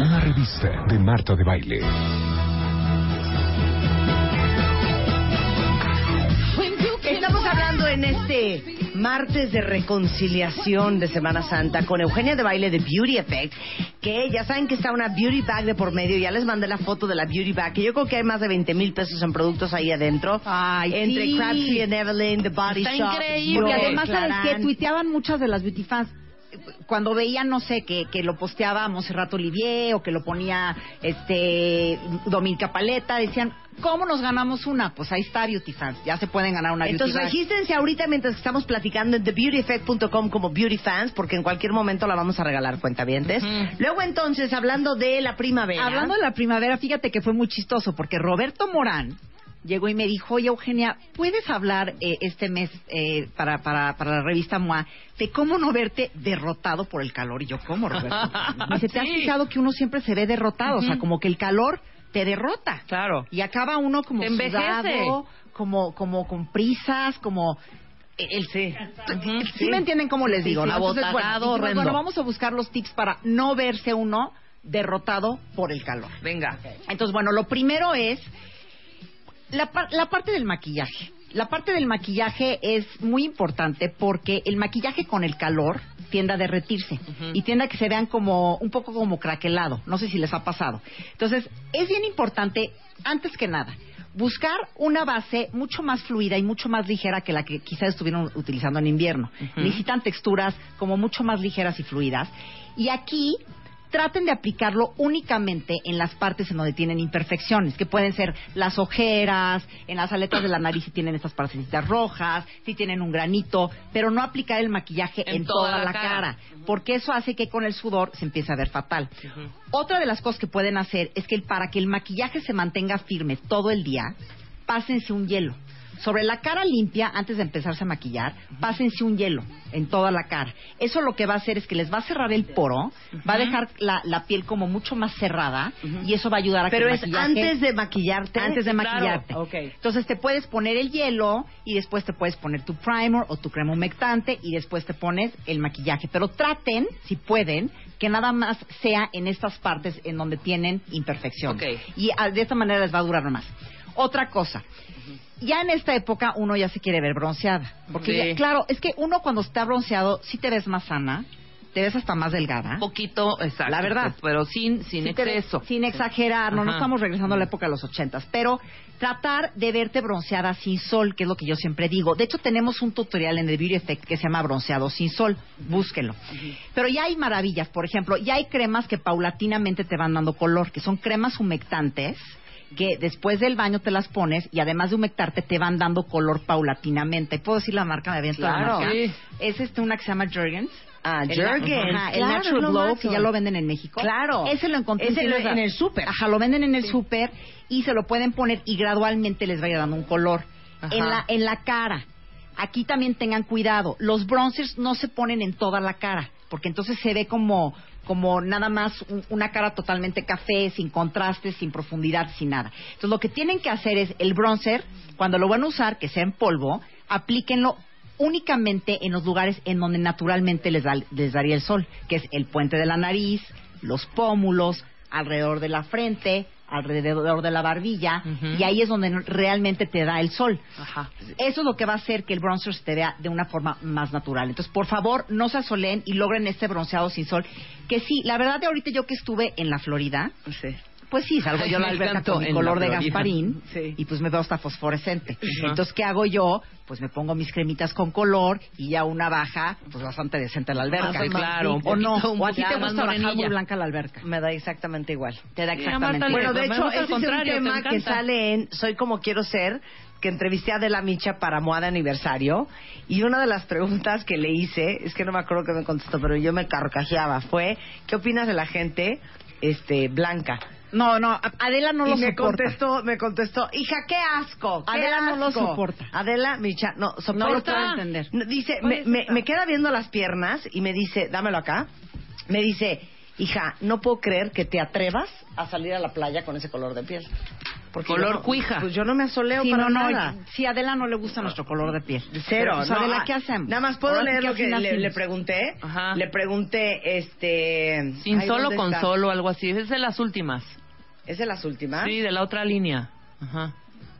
Speaker 11: Una revista de Marta de Baile.
Speaker 5: Estamos hablando en este martes de reconciliación de Semana Santa con Eugenia de Baile de Beauty Effect, que ya saben que está una beauty bag de por medio, ya les mandé la foto de la beauty bag, que yo creo que hay más de 20 mil pesos en productos ahí adentro,
Speaker 1: Ay,
Speaker 5: entre
Speaker 1: sí.
Speaker 5: Crabtree and Evelyn, The Body
Speaker 3: Está
Speaker 5: Shop,
Speaker 3: increíble.
Speaker 1: Porque
Speaker 5: Dior,
Speaker 1: además, ¿sabes
Speaker 5: Clarins.
Speaker 1: qué? Tuiteaban muchas de las beauty fans. Cuando veían, no sé, que, que lo posteaba Monserrat Olivier o que lo ponía este Dominica Paleta, decían, ¿cómo nos ganamos una? Pues ahí está Beauty Fans, ya se pueden ganar una
Speaker 5: Entonces
Speaker 1: Beauty Bag.
Speaker 5: regístrense ahorita mientras que estamos platicando en thebeautyeffect.com como Beauty Fans, porque en cualquier momento la vamos a regalar, cuentavientes. Luego entonces, hablando de la primavera.
Speaker 1: Hablando de la primavera, fíjate que fue muy chistoso porque Roberto Morán llegó y me dijo, oye Eugenia, ¿puedes hablar eh, este mes eh, para, para, para la revista MOA de cómo no verte derrotado por el calor? Y yo, ¿cómo Roberto? Me dice, ¿te has
Speaker 3: Sí.
Speaker 1: fijado que uno siempre se ve derrotado? O sea, como que el calor te derrota.
Speaker 3: Claro.
Speaker 1: Y acaba uno como
Speaker 3: Te envejece.
Speaker 1: sudado, como, como con prisas, como... e, El,
Speaker 3: Ujú.
Speaker 1: Sí, me entienden cómo les
Speaker 3: Sí,
Speaker 1: digo,
Speaker 3: sí,
Speaker 1: ¿no? Entonces, bueno,
Speaker 3: abotargado,
Speaker 1: dijimos,
Speaker 3: horrendo.
Speaker 1: bueno, vamos a buscar los tips para no verse uno derrotado por el calor.
Speaker 3: Venga.
Speaker 1: Entonces, bueno, lo primero es la, par- la parte del maquillaje. La parte del maquillaje es muy importante porque el maquillaje con el calor tiende a derretirse y tiende a que se vean como un poco como craquelado. No sé si les ha pasado. Entonces, es bien importante, antes que nada, buscar una base mucho más fluida y mucho más ligera que la que quizás estuvieron utilizando en invierno. Necesitan texturas como mucho más ligeras y fluidas. Y aquí traten de aplicarlo únicamente en las partes en donde tienen imperfecciones, que pueden ser las ojeras, en las aletas de la nariz si tienen estas partecitas rojas, si tienen un granito, pero no aplicar el maquillaje en, toda, la cara, porque eso hace que con el sudor se empiece a ver fatal. Otra de las cosas que pueden hacer es que para que el maquillaje se mantenga firme todo el día, pásense un hielo. sobre la cara limpia, antes de empezarse a maquillar, pásense un hielo en toda la cara. Eso lo que va a hacer es que les va a cerrar el poro, va a dejar la, la piel como mucho más cerrada y eso va a ayudar a
Speaker 12: Pero
Speaker 1: que el
Speaker 12: es
Speaker 1: maquillaje-
Speaker 12: antes de maquillarte.
Speaker 1: antes de
Speaker 12: Claro.
Speaker 1: maquillarte.
Speaker 12: Ok.
Speaker 1: Entonces te puedes poner el hielo y después te puedes poner tu primer o tu crema humectante y después te pones el maquillaje. Pero traten, si pueden, que nada más sea en estas partes en donde tienen imperfecciones.
Speaker 3: Ok.
Speaker 1: Y ah, de esta manera les va a durar más. Otra cosa. Ya en esta época uno ya se quiere ver bronceada. Porque,
Speaker 3: Sí.
Speaker 1: ya- claro, es que uno cuando está bronceado sí te ves más sana, te ves hasta más delgada.
Speaker 3: Un poquito, exacto.
Speaker 1: ¿Ah? La verdad.
Speaker 3: Pero sin, sin
Speaker 1: Sí te ve-
Speaker 3: exceso.
Speaker 1: Sin exagerar, no, no
Speaker 3: Ajá. Mm.
Speaker 1: estamos regresando a la época de los ochentas, pero tratar de verte bronceada sin sol, que es lo que yo siempre digo. De hecho, tenemos un tutorial en el Beauty Effect que se llama Bronceado sin sol, búsquenlo. Pero ya hay maravillas, por ejemplo, ya hay cremas que paulatinamente te van dando color, que son cremas humectantes que después del baño te las pones y además de humectarte te van dando color paulatinamente. ¿Puedo decir la marca? ¿Me aviento la
Speaker 12: Claro.
Speaker 1: marca?
Speaker 3: Sí.
Speaker 1: Es este una que se llama Jergens.
Speaker 12: Ah,
Speaker 1: El-
Speaker 12: Jergens,
Speaker 1: ajá, el
Speaker 12: claro, es
Speaker 1: Natural
Speaker 12: lo
Speaker 1: Glow,
Speaker 12: máximo.
Speaker 1: que ya lo venden en México.
Speaker 12: Claro.
Speaker 1: Ese lo encontré
Speaker 12: Ese lo-
Speaker 1: tiendas-
Speaker 12: en el súper.
Speaker 1: Ajá, lo venden en el súper y se lo pueden poner y gradualmente les va a ir dando un color.
Speaker 12: Ajá.
Speaker 1: En la, en la cara. Aquí también tengan cuidado. Los bronzers no se ponen en toda la cara, porque entonces se ve como, como nada más un- una cara totalmente café, sin contrastes, sin profundidad, sin nada. Entonces lo que tienen que hacer es el bronzer, cuando lo van a usar, que sea en polvo, aplíquenlo únicamente en los lugares en donde naturalmente les, da- les daría el sol, que es el puente de la nariz, los pómulos, alrededor de la frente, alrededor de la barbilla,
Speaker 3: Ujú.
Speaker 1: y ahí es donde no- realmente te da el sol.
Speaker 3: Ajá.
Speaker 1: Eso es lo que va a hacer que el bronzer se te vea de una forma más natural. Entonces, por favor, no se asoleen y logren este bronceado sin sol. Que sí, la verdad de ahorita yo que estuve en la Florida,
Speaker 3: Sí.
Speaker 1: pues sí, salgo yo a la
Speaker 3: Me
Speaker 1: alberca
Speaker 3: encantó
Speaker 1: con mi
Speaker 3: en
Speaker 1: color de
Speaker 3: la Florida.
Speaker 1: Gasparín
Speaker 3: Sí.
Speaker 1: y pues me veo hasta fosforescente.
Speaker 3: Ajá.
Speaker 1: Entonces, ¿qué hago yo? Pues me pongo mis cremitas con color y ya una baja, pues bastante decente en la alberca.
Speaker 3: Ah, sí, claro, un
Speaker 1: O no,
Speaker 3: poquito, un
Speaker 1: o a ti te
Speaker 3: poquito más
Speaker 1: gusta bajar muy
Speaker 3: morenilla.
Speaker 1: blanca a la alberca.
Speaker 12: Me da exactamente igual.
Speaker 1: Te da
Speaker 3: Mira,
Speaker 1: exactamente
Speaker 3: Marta,
Speaker 1: igual.
Speaker 12: Bueno,
Speaker 3: Pero
Speaker 12: de
Speaker 3: me
Speaker 12: hecho,
Speaker 3: gusta
Speaker 12: ese
Speaker 3: al
Speaker 12: es un
Speaker 3: contrario, te
Speaker 12: tema que
Speaker 3: encanta.
Speaker 12: sale en Soy como quiero ser, que entrevisté a De la Micha para Moa de Aniversario. Y una de las preguntas que le hice, es que no me acuerdo que me contestó, pero yo me carcajeaba, fue: ¿Qué opinas de la gente este, blanca?
Speaker 1: No, no, Adela no
Speaker 12: y
Speaker 1: lo
Speaker 12: me
Speaker 1: soporta.
Speaker 12: contestó, me contestó, hija, qué asco. qué
Speaker 1: Adela no lo
Speaker 12: asco".
Speaker 1: soporta.
Speaker 12: Adela, Micha, no, soporta.
Speaker 1: No lo puedo entender.
Speaker 12: No, Dice,
Speaker 1: ¿Cuál
Speaker 12: me,
Speaker 1: es
Speaker 12: me-
Speaker 1: esa?
Speaker 12: me queda viendo las piernas y me dice, dámelo acá. Me dice, hija, no puedo creer que te atrevas a salir a la playa con ese color de piel. Porque
Speaker 3: Color
Speaker 12: yo no-
Speaker 3: cuija.
Speaker 12: Pues yo no me asoleo
Speaker 1: Sí,
Speaker 12: para
Speaker 1: no, no,
Speaker 12: nada.
Speaker 1: si a Adela no le gusta nuestro color de piel.
Speaker 12: Cero.
Speaker 1: O sea,
Speaker 12: no,
Speaker 1: Adela,
Speaker 12: ah,
Speaker 1: ¿qué hacemos?
Speaker 12: Nada más puedo
Speaker 1: Ahora
Speaker 12: leer
Speaker 1: sí que
Speaker 12: lo
Speaker 1: al
Speaker 12: que
Speaker 1: final
Speaker 12: le,
Speaker 1: sí
Speaker 12: le
Speaker 1: nos-
Speaker 12: pregunté.
Speaker 3: Ajá.
Speaker 12: Le pregunté, este...
Speaker 3: Sin
Speaker 12: ay,
Speaker 3: solo
Speaker 12: ¿dónde
Speaker 3: con
Speaker 12: está?
Speaker 3: solo, algo así. Es de las últimas.
Speaker 12: ¿Es de las
Speaker 1: ¿Ah?
Speaker 12: últimas?
Speaker 3: Sí, de la otra línea. Ajá.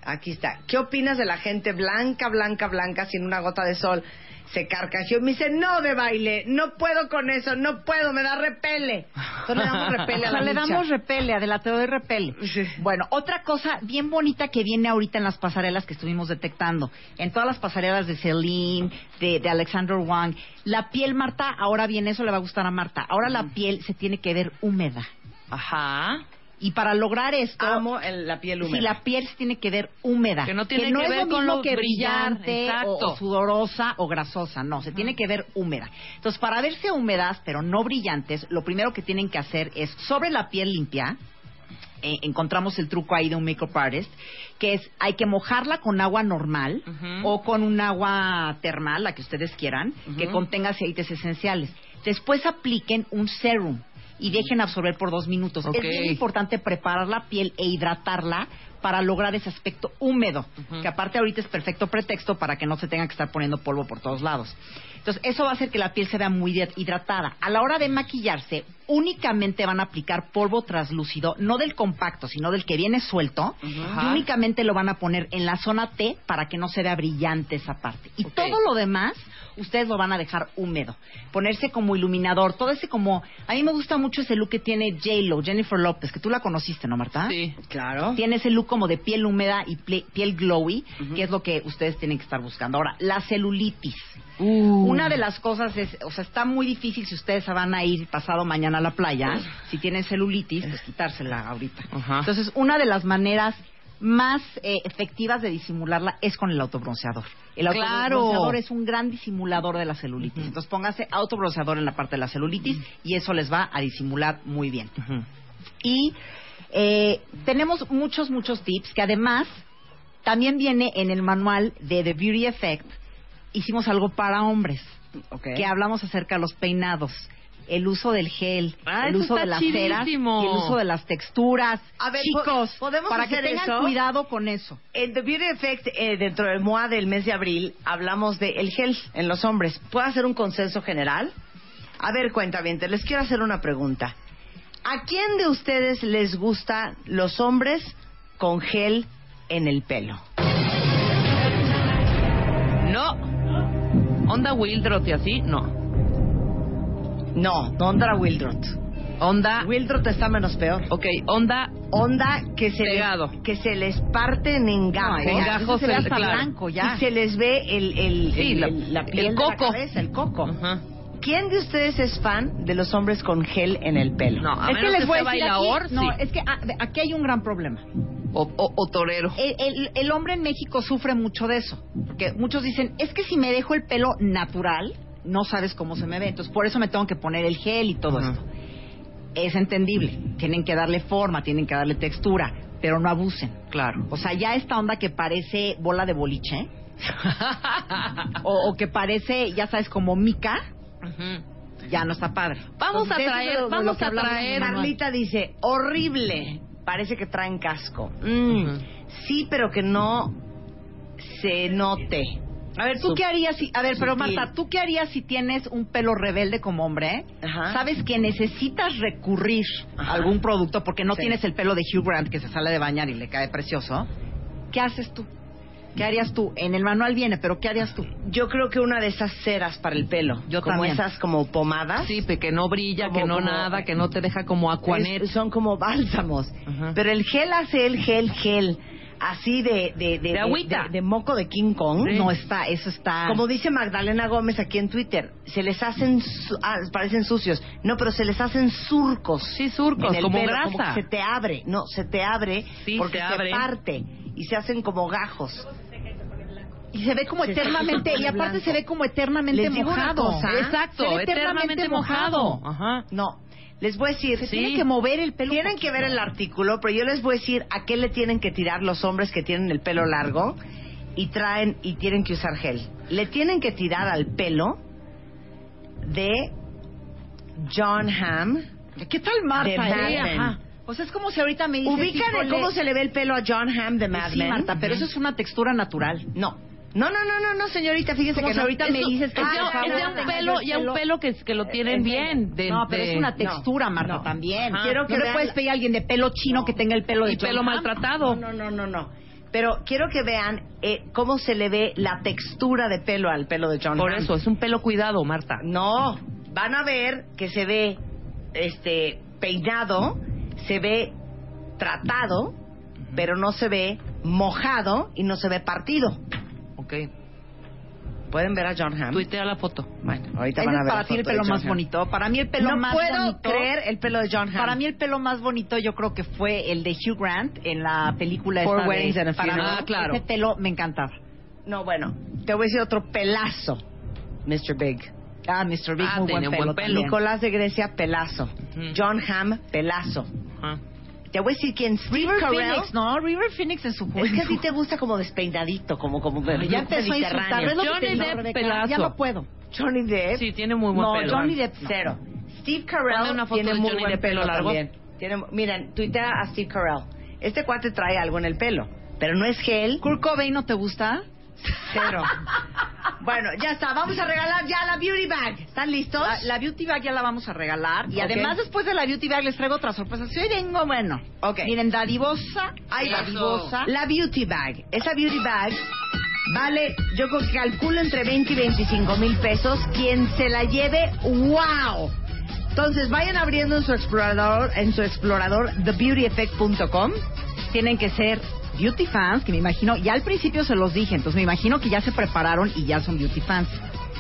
Speaker 12: Aquí está. ¿Qué opinas de la gente blanca, blanca, blanca, sin una gota de sol? Se carcajeó y me dice, no de baile, no puedo con eso, no puedo, me da repele. Entonces le damos repele
Speaker 1: O
Speaker 12: a
Speaker 1: sea,
Speaker 12: la
Speaker 1: le
Speaker 12: lucha.
Speaker 1: damos repele, Adela, te doy repele. Bueno, otra cosa bien bonita que viene ahorita en las pasarelas que estuvimos detectando, en todas las pasarelas de Celine, de, de Alexander Wang, la piel, Marta, ahora bien, eso le va a gustar a Marta, ahora la piel se tiene que ver húmeda.
Speaker 3: Ajá.
Speaker 1: Y para lograr esto,
Speaker 12: Amo el- la piel húmeda.
Speaker 1: si la piel se tiene que ver húmeda.
Speaker 3: Que no tiene que
Speaker 1: es
Speaker 3: ver
Speaker 1: mismo
Speaker 3: con lo
Speaker 1: que
Speaker 3: brillar,
Speaker 1: brillante
Speaker 3: exacto.
Speaker 1: o, o sudorosa o grasosa, no, se tiene que ver húmeda. Entonces, para verse húmedas, pero no brillantes, lo primero que tienen que hacer es sobre la piel limpia, eh, encontramos el truco ahí de un makeup artist, que es hay que mojarla con agua normal
Speaker 3: Ujú.
Speaker 1: o con un agua termal, la que ustedes quieran, que contenga aceites esenciales. Después apliquen un serum y dejen absorber por dos minutos.
Speaker 3: Ok.
Speaker 1: Es bien importante preparar la piel e hidratarla para lograr ese aspecto húmedo,
Speaker 3: Ujú.
Speaker 1: que aparte ahorita es perfecto pretexto para que no se tenga que estar poniendo polvo por todos lados. Entonces, eso va a hacer que la piel se vea muy hid- hidratada. A la hora de maquillarse, únicamente van a aplicar polvo translúcido, no del compacto, sino del que viene suelto, y
Speaker 3: Ajá.
Speaker 1: únicamente lo van a poner en la zona T para que no se vea brillante esa parte. Y
Speaker 3: Ok.
Speaker 1: todo lo demás, ustedes lo van a dejar húmedo. Ponerse como iluminador, todo ese como... A mí me gusta mucho ese look que tiene J-Lo, Jennifer López, que tú la conociste, ¿no, Marta?
Speaker 3: Sí.
Speaker 12: Claro.
Speaker 1: Tiene ese look como de piel húmeda y ple- piel glowy, que es lo que ustedes tienen que estar buscando. Ahora, la celulitis. Una de las cosas es, o sea, está muy difícil si ustedes se van a ir pasado mañana a la playa, si tienen celulitis, pues quitársela ahorita.
Speaker 3: Ajá.
Speaker 1: Entonces, una de las maneras más eh, efectivas de disimularla es con el autobronceador. El
Speaker 3: Claro.
Speaker 1: autobronceador es un gran disimulador de la celulitis. Entonces, póngase autobronceador en la parte de la celulitis y eso les va a disimular muy bien. Y eh, tenemos muchos, muchos tips que además
Speaker 7: También viene en el manual de The Beauty Effect, hicimos algo para hombres, que hablamos acerca de los peinados, el uso del gel,
Speaker 3: Ah,
Speaker 7: el
Speaker 3: eso
Speaker 7: uso
Speaker 3: está
Speaker 7: de las ceras, el
Speaker 3: chidísimo.
Speaker 7: uso de las texturas.
Speaker 1: A ver, po-
Speaker 7: Chicos,
Speaker 1: ¿podemos
Speaker 7: para
Speaker 1: hacer
Speaker 7: que tengan
Speaker 1: eso?
Speaker 7: cuidado con eso.
Speaker 1: En The Beauty Effect, eh, dentro del MOA del mes de abril, hablamos de el gel en los hombres. ¿Puede hacer un consenso general? A ver, cuentavientes, les quiero hacer una pregunta. ¿A quién de ustedes les gusta los hombres con gel en el pelo?
Speaker 3: No. Onda Wildrot y así, no.
Speaker 1: No, no onda Wildrot.
Speaker 3: Onda.
Speaker 1: Wildrot está menos peor.
Speaker 3: Ok, onda.
Speaker 1: Onda que se,
Speaker 3: Pegado.
Speaker 1: les, que se les parten en gajos.
Speaker 3: en gajos,
Speaker 1: se ve
Speaker 3: el-
Speaker 1: hasta
Speaker 3: claro.
Speaker 1: blanco ya. Y se les ve el, el,
Speaker 3: Sí,
Speaker 1: el-
Speaker 3: la-
Speaker 1: el- la
Speaker 3: el
Speaker 1: piel de la
Speaker 3: coco.
Speaker 1: cabeza, el coco.
Speaker 3: Ajá.
Speaker 1: ¿Quién de ustedes es fan de los hombres con gel en el pelo?
Speaker 3: No, a
Speaker 7: es que
Speaker 3: menos
Speaker 7: les
Speaker 3: que
Speaker 7: voy a
Speaker 3: sea
Speaker 7: decir aquí-
Speaker 3: bailador,
Speaker 7: no,
Speaker 3: sí.
Speaker 7: es que ah, aquí hay un gran problema.
Speaker 3: O, o- o torero.
Speaker 1: Eh,
Speaker 7: El, el- el hombre en México sufre mucho de eso, porque muchos dicen, es que si me dejo el pelo natural, no sabes cómo se me ve, entonces por eso me tengo que poner el gel y todo
Speaker 3: Ajá.
Speaker 7: esto. Es entendible, tienen que darle forma, tienen que darle textura, pero no abusen.
Speaker 3: Claro.
Speaker 7: O sea, ya esta onda que parece bola de boliche, o, o que parece, ya sabes, como mica,
Speaker 3: Ujú.
Speaker 7: ya no está padre.
Speaker 3: Vamos a
Speaker 1: Entonces, eso
Speaker 3: traer,
Speaker 1: es de lo
Speaker 3: vamos
Speaker 1: que
Speaker 3: a
Speaker 1: hablamos.
Speaker 3: traer.
Speaker 1: Carlita dice, horrible. Parece que traen casco.
Speaker 13: 嗯
Speaker 1: Mm,
Speaker 3: Ujú.
Speaker 1: Sí, pero que no se note.
Speaker 7: A ver, ¿tú
Speaker 1: Sup-
Speaker 7: qué harías si... A ver, pero
Speaker 1: sutil.
Speaker 7: Marta, ¿tú qué harías si tienes un pelo rebelde como hombre?
Speaker 1: Ajá.
Speaker 7: Sabes que necesitas recurrir
Speaker 1: Ajá.
Speaker 7: a algún producto porque no
Speaker 1: Sí.
Speaker 7: tienes el pelo de Hugh Grant que se sale de bañar y le cae precioso. ¿Qué haces tú? ¿Qué harías tú? En el manual viene, pero ¿qué harías tú?
Speaker 1: Yo creo que una de esas ceras para el pelo.
Speaker 7: Yo
Speaker 1: como
Speaker 7: también.
Speaker 1: esas como pomadas.
Speaker 3: Sí, pe- que no brilla,
Speaker 1: ¿ah? Como-
Speaker 3: que no
Speaker 1: como-
Speaker 3: nada, que no te deja como Aquanet.
Speaker 1: Es- son como bálsamos.
Speaker 3: Ajá.
Speaker 1: Pero el gel hace el gel, gel. Así de... De,
Speaker 3: De agüita.
Speaker 1: de- de moco de King Kong.
Speaker 3: Sí.
Speaker 7: No está, eso está...
Speaker 1: Como dice Magdalena Gómez aquí en Twitter, se les hacen, su- ah, parecen sucios, no, pero se les hacen surcos.
Speaker 3: Sí, surcos,
Speaker 1: en el
Speaker 3: como
Speaker 1: pelo,
Speaker 3: grasa.
Speaker 1: como que se te abre, no, se te abre
Speaker 3: Sí,
Speaker 1: porque
Speaker 3: se
Speaker 1: se,
Speaker 3: abre.
Speaker 1: parte y se hacen como gajos.
Speaker 7: Y se ve como
Speaker 1: Se-
Speaker 7: eternamente...
Speaker 1: se-
Speaker 7: Y aparte
Speaker 1: blanco.
Speaker 7: se ve como eternamente
Speaker 1: Les digo una
Speaker 7: mojado.
Speaker 1: cosa.
Speaker 3: Exacto,
Speaker 7: Se ve
Speaker 3: eternamente mojado. Ajá.
Speaker 1: No, les voy a decir,
Speaker 3: tiene
Speaker 1: sí,
Speaker 3: que
Speaker 7: mover el pelo
Speaker 1: Tienen que ver el artículo, pero yo les voy a decir a qué le tienen que tirar los hombres que tienen el pelo largo y traen y tienen que usar gel. Le tienen que tirar al pelo de John Hamm.
Speaker 7: ¿Qué tal Marta?
Speaker 1: De
Speaker 7: eh?
Speaker 1: Mad Men.
Speaker 7: Ajá. O sea, es como si ahorita me dices...
Speaker 1: Ubican el
Speaker 7: híjole,
Speaker 1: cómo se le ve el pelo a John Hamm de
Speaker 7: Pues
Speaker 1: Mad
Speaker 7: sí,
Speaker 1: Men.
Speaker 7: Marta, pero eso es una textura natural.
Speaker 1: No. No, no, no, no, no, señorita, fíjese
Speaker 7: Como
Speaker 1: que
Speaker 7: si
Speaker 1: no.
Speaker 7: ahorita me
Speaker 1: Eso-
Speaker 7: dices que
Speaker 1: Ah,
Speaker 3: Es
Speaker 7: por
Speaker 3: ya,
Speaker 7: favor,
Speaker 3: es ya un
Speaker 7: tengan
Speaker 3: pelo,
Speaker 7: el
Speaker 3: ya
Speaker 7: pelo-
Speaker 3: un pelo que, que lo tienen
Speaker 1: en-
Speaker 3: bien. de-
Speaker 7: no, pero
Speaker 3: de-
Speaker 7: es una
Speaker 1: no,
Speaker 7: textura, Marta, también.
Speaker 3: Ajá.
Speaker 7: Quiero que no
Speaker 1: vean
Speaker 7: le puedes
Speaker 1: la-
Speaker 7: pedir a alguien de pelo chino que tenga el pelo de
Speaker 3: Y
Speaker 7: John
Speaker 3: pelo
Speaker 7: Hamm.
Speaker 3: maltratado.
Speaker 1: No, no, no, no. Pero quiero que vean eh, cómo se le ve la textura de pelo al pelo de John
Speaker 3: Por
Speaker 1: Hamm.
Speaker 3: eso, es un pelo cuidado, Marta.
Speaker 1: No, van a ver que se ve este peinado, se ve tratado, pero no se ve mojado y no se ve partido.
Speaker 3: Ok.
Speaker 1: Pueden ver a John Hamm.
Speaker 3: Tuitea la foto.
Speaker 1: Bueno, ahorita
Speaker 7: Ese
Speaker 1: van a
Speaker 7: es
Speaker 1: ver.
Speaker 7: para
Speaker 1: la
Speaker 7: ti el
Speaker 1: foto de
Speaker 7: pelo
Speaker 1: John
Speaker 7: más
Speaker 1: Hamm.
Speaker 7: bonito. Para mí el pelo
Speaker 1: no
Speaker 7: más
Speaker 1: puedo
Speaker 7: bonito...
Speaker 1: creer el pelo de John Hamm.
Speaker 7: Para mí el pelo más bonito yo creo que fue el de Hugh Grant en la película
Speaker 1: Four
Speaker 7: esta de-
Speaker 1: Weddings and a
Speaker 7: para mí,
Speaker 1: Funeral.
Speaker 3: Ah, claro.
Speaker 7: Ese pelo me encantaba.
Speaker 1: No, bueno, te voy a decir otro pelazo, Mr. Big.
Speaker 7: Ah, Mr. Big,
Speaker 3: Ah,
Speaker 7: muy buen pelo,
Speaker 3: tenía un buen pelo.
Speaker 7: también.
Speaker 1: Nicolás de Grecia, pelazo.
Speaker 3: Ujú.
Speaker 1: John Hamm, pelazo.
Speaker 3: Ajá.
Speaker 1: Te voy a decir quién. Steve
Speaker 7: River
Speaker 1: Carell.
Speaker 7: Phoenix, ¿no? River Phoenix en su
Speaker 1: Es que a
Speaker 7: juventud.
Speaker 1: ti te gusta como despeinadito, como como
Speaker 7: Ya
Speaker 1: look
Speaker 7: empezó a insultar.
Speaker 1: mediterráneo.
Speaker 7: ¿ves lo que
Speaker 3: Johnny
Speaker 7: te- no,
Speaker 3: Depp,
Speaker 7: Rebeca,
Speaker 3: pelazo.
Speaker 7: Ya no puedo.
Speaker 1: Johnny Depp.
Speaker 3: Sí, tiene muy buen
Speaker 1: no,
Speaker 3: pelo.
Speaker 1: Johnny Depp cero. Steve Carell
Speaker 3: Ponme una foto
Speaker 1: tiene
Speaker 3: de
Speaker 1: muy
Speaker 3: Johnny
Speaker 1: buen
Speaker 3: Depp,
Speaker 1: pelo
Speaker 3: pelo largo.
Speaker 1: también. Tiene, miren, tuitea a Steve Carell. Este cuate trae algo en el pelo, pero no es gel.
Speaker 7: ¿Kurt Cobain no te gusta?
Speaker 1: Cero. bueno, ya está. Vamos a regalar ya la beauty bag. ¿Están listos?
Speaker 7: La, la beauty bag ya la vamos a regalar. Y
Speaker 1: Ok.
Speaker 7: además, después de la beauty bag, les traigo otra sorpresa. Si hoy vengo, bueno.
Speaker 1: Ok.
Speaker 7: Miren, dadivosa.
Speaker 1: Ahí va.
Speaker 7: dadivosa.
Speaker 1: La beauty bag. Esa beauty bag vale, yo creo que calculo entre 20 y 25 mil pesos. Quien se la lleve, wow. Entonces vayan abriendo en su explorador, en su explorador thebeautyeffect.com.
Speaker 7: Tienen que ser beauty fans, que me imagino, ya al principio se los dije, entonces me imagino que ya se prepararon y ya son beauty fans.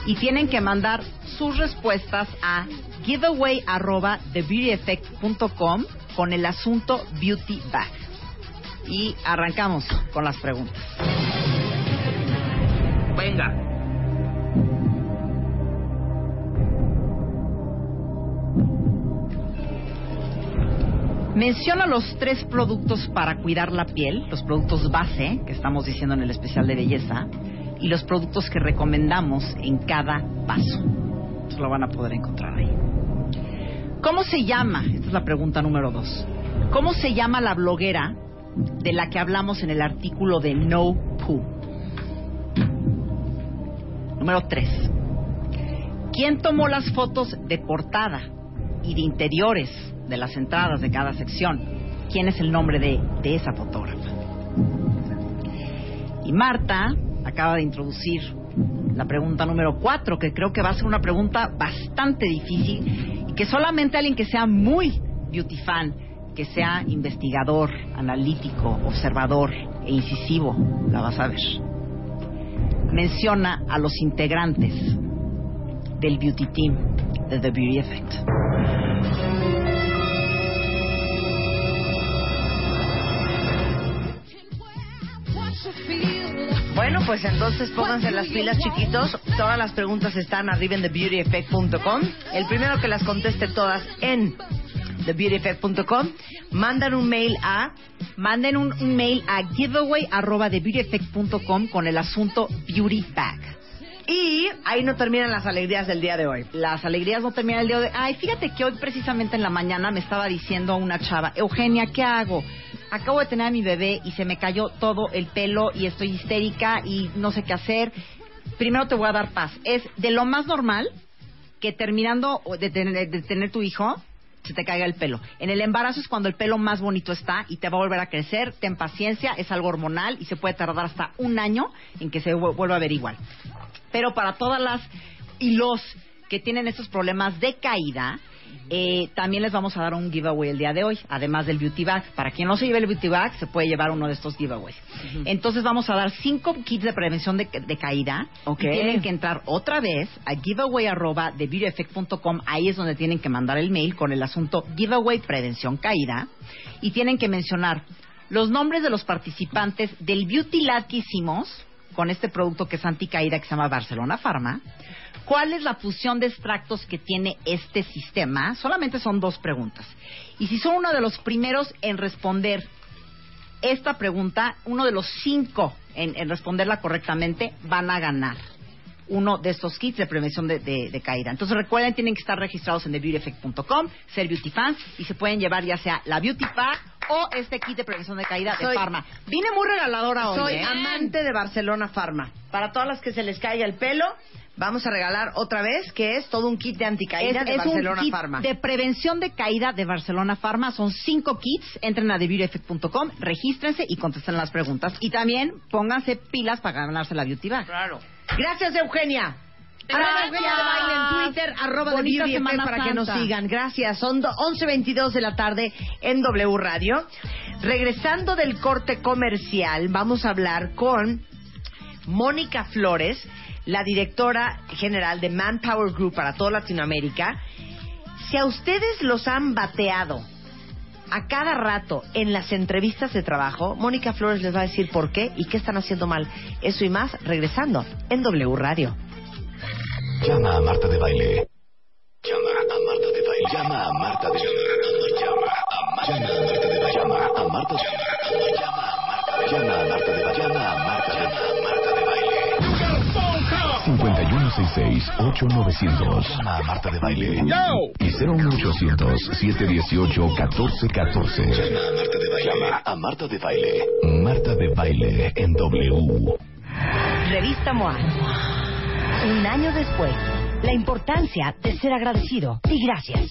Speaker 7: Y tienen que mandar sus respuestas a giveaway.thebeautyeffect.com con el asunto beauty bag. Y arrancamos con las preguntas.
Speaker 3: Venga.
Speaker 1: Menciona los tres productos para cuidar la piel, los productos base, que estamos diciendo en el especial de belleza, y los productos que recomendamos en cada paso. Se lo van a poder encontrar ahí. ¿Cómo se llama? Esta es la pregunta número dos. ¿Cómo se llama la bloguera de la que hablamos en el artículo de No Poo? Número tres. ¿Quién tomó las fotos de portada y de interiores de las entradas de cada sección? ¿Quién es el nombre de, de esa fotógrafa? Y Marta acaba de introducir la pregunta número cuatro, que creo que va a ser una pregunta bastante difícil y que solamente alguien que sea muy beauty fan, que sea investigador, analítico, observador e incisivo, la vas a ver. Menciona a los integrantes del beauty team de The Beauty Effect.
Speaker 3: Bueno, pues entonces pónganse las pilas, chiquitos. Todas las preguntas están arriba en TheBeautyEffect.com. El primero que las conteste todas en TheBeautyEffect.com, mandan un mail a
Speaker 1: Manden un un mail a giveaway arroba de beautyeffect.com con el asunto Beauty Bag.
Speaker 3: y ahí no terminan las alegrías del día de hoy.
Speaker 1: Las alegrías no terminan el día de... Ay, fíjate que hoy precisamente en la mañana me estaba diciendo una chava, Eugenia, ¿qué hago? Acabo de tener a mi bebé y se me cayó todo el pelo y estoy histérica y no sé qué hacer. Primero te voy a dar paz. Es de lo más normal que terminando de tener, de tener tu hijo se te caiga el pelo. En el embarazo es cuando el pelo más bonito está y te va a volver a crecer. Ten paciencia, es algo hormonal y se puede tardar hasta un año en que se vu- vuelva a ver igual. Pero para todas las y los que tienen estos problemas de caída, eh, también les vamos a dar un giveaway el día de hoy, además del beauty bag. Para quien no se lleve el beauty bag, se puede llevar uno de estos giveaways. Entonces vamos a dar cinco kits de prevención de, de caída.
Speaker 3: Ok.
Speaker 1: Y Tienen que entrar otra vez a giveaway arroba de beautyeffect.com. Ahí es donde tienen que mandar el mail con el asunto giveaway prevención caída. Y tienen que mencionar los nombres de los participantes del Beauty Lab que hicimos con este producto que es anticaída que se llama Barcelona Pharma. ¿Cuál es la fusión de extractos que tiene este sistema? Solamente son dos preguntas. Y si son uno de los primeros en responder esta pregunta, uno de los cinco en, en responderla correctamente van a ganar uno de estos kits de prevención de, de- de caída. Entonces recuerden, tienen que estar registrados en TheBeautyEffect.com, ser beauty fans y se pueden llevar ya sea la beauty pack o este kit de prevención de caída de
Speaker 3: Soy-
Speaker 1: Pharma.
Speaker 3: Vine muy regaladora hoy.
Speaker 1: Soy
Speaker 3: ¿eh?
Speaker 1: amante
Speaker 3: de Barcelona Pharma. Para todas las que se les caiga el pelo, vamos a regalar otra vez que es todo un kit de anticaída de Barcelona
Speaker 1: un kit
Speaker 3: Pharma.
Speaker 1: de prevención de caída de Barcelona Pharma. Son cinco kits. Entren a TheBeautyEffect.com, regístrense y contesten las preguntas. Y también pónganse pilas para ganarse la Beauty Bag.
Speaker 14: Claro.
Speaker 3: Gracias, Eugenia.
Speaker 1: Gracias.
Speaker 3: Arroba Eugenia de Baile en Twitter, arroba de
Speaker 1: Bonita
Speaker 3: Beauty Effect
Speaker 1: Semana
Speaker 3: para
Speaker 1: Santa.
Speaker 3: que nos sigan. Gracias. Son do- 11.22 de la tarde en W Radio. Regresando del corte comercial, vamos a hablar con Mónica Flores, la directora general de Manpower Group para toda Latinoamérica. Si a ustedes los han bateado a cada rato en las entrevistas de trabajo, Mónica Flores les va a decir por qué y qué están haciendo mal. Eso y más regresando en W Radio.
Speaker 2: Llama a Marta de Baile. Llama a Marta de Baile. Llama a Marta de Baile. Llama a Marta de Baile. Llama a Marta de Baile. Llama a Marta de Baile. Llama a Marta de Baile. Llama a Marta de Baile. Llama a Marta de Baile. 5166-8900. Llama a Marta de Baile. Y 01800-718-1414. Llama a Marta de Baile. Llama a Marta de Baile. Marta de Baile en W.
Speaker 15: Revista MOA. Un año después, la importancia de ser agradecido y gracias.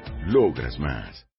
Speaker 2: Logras más.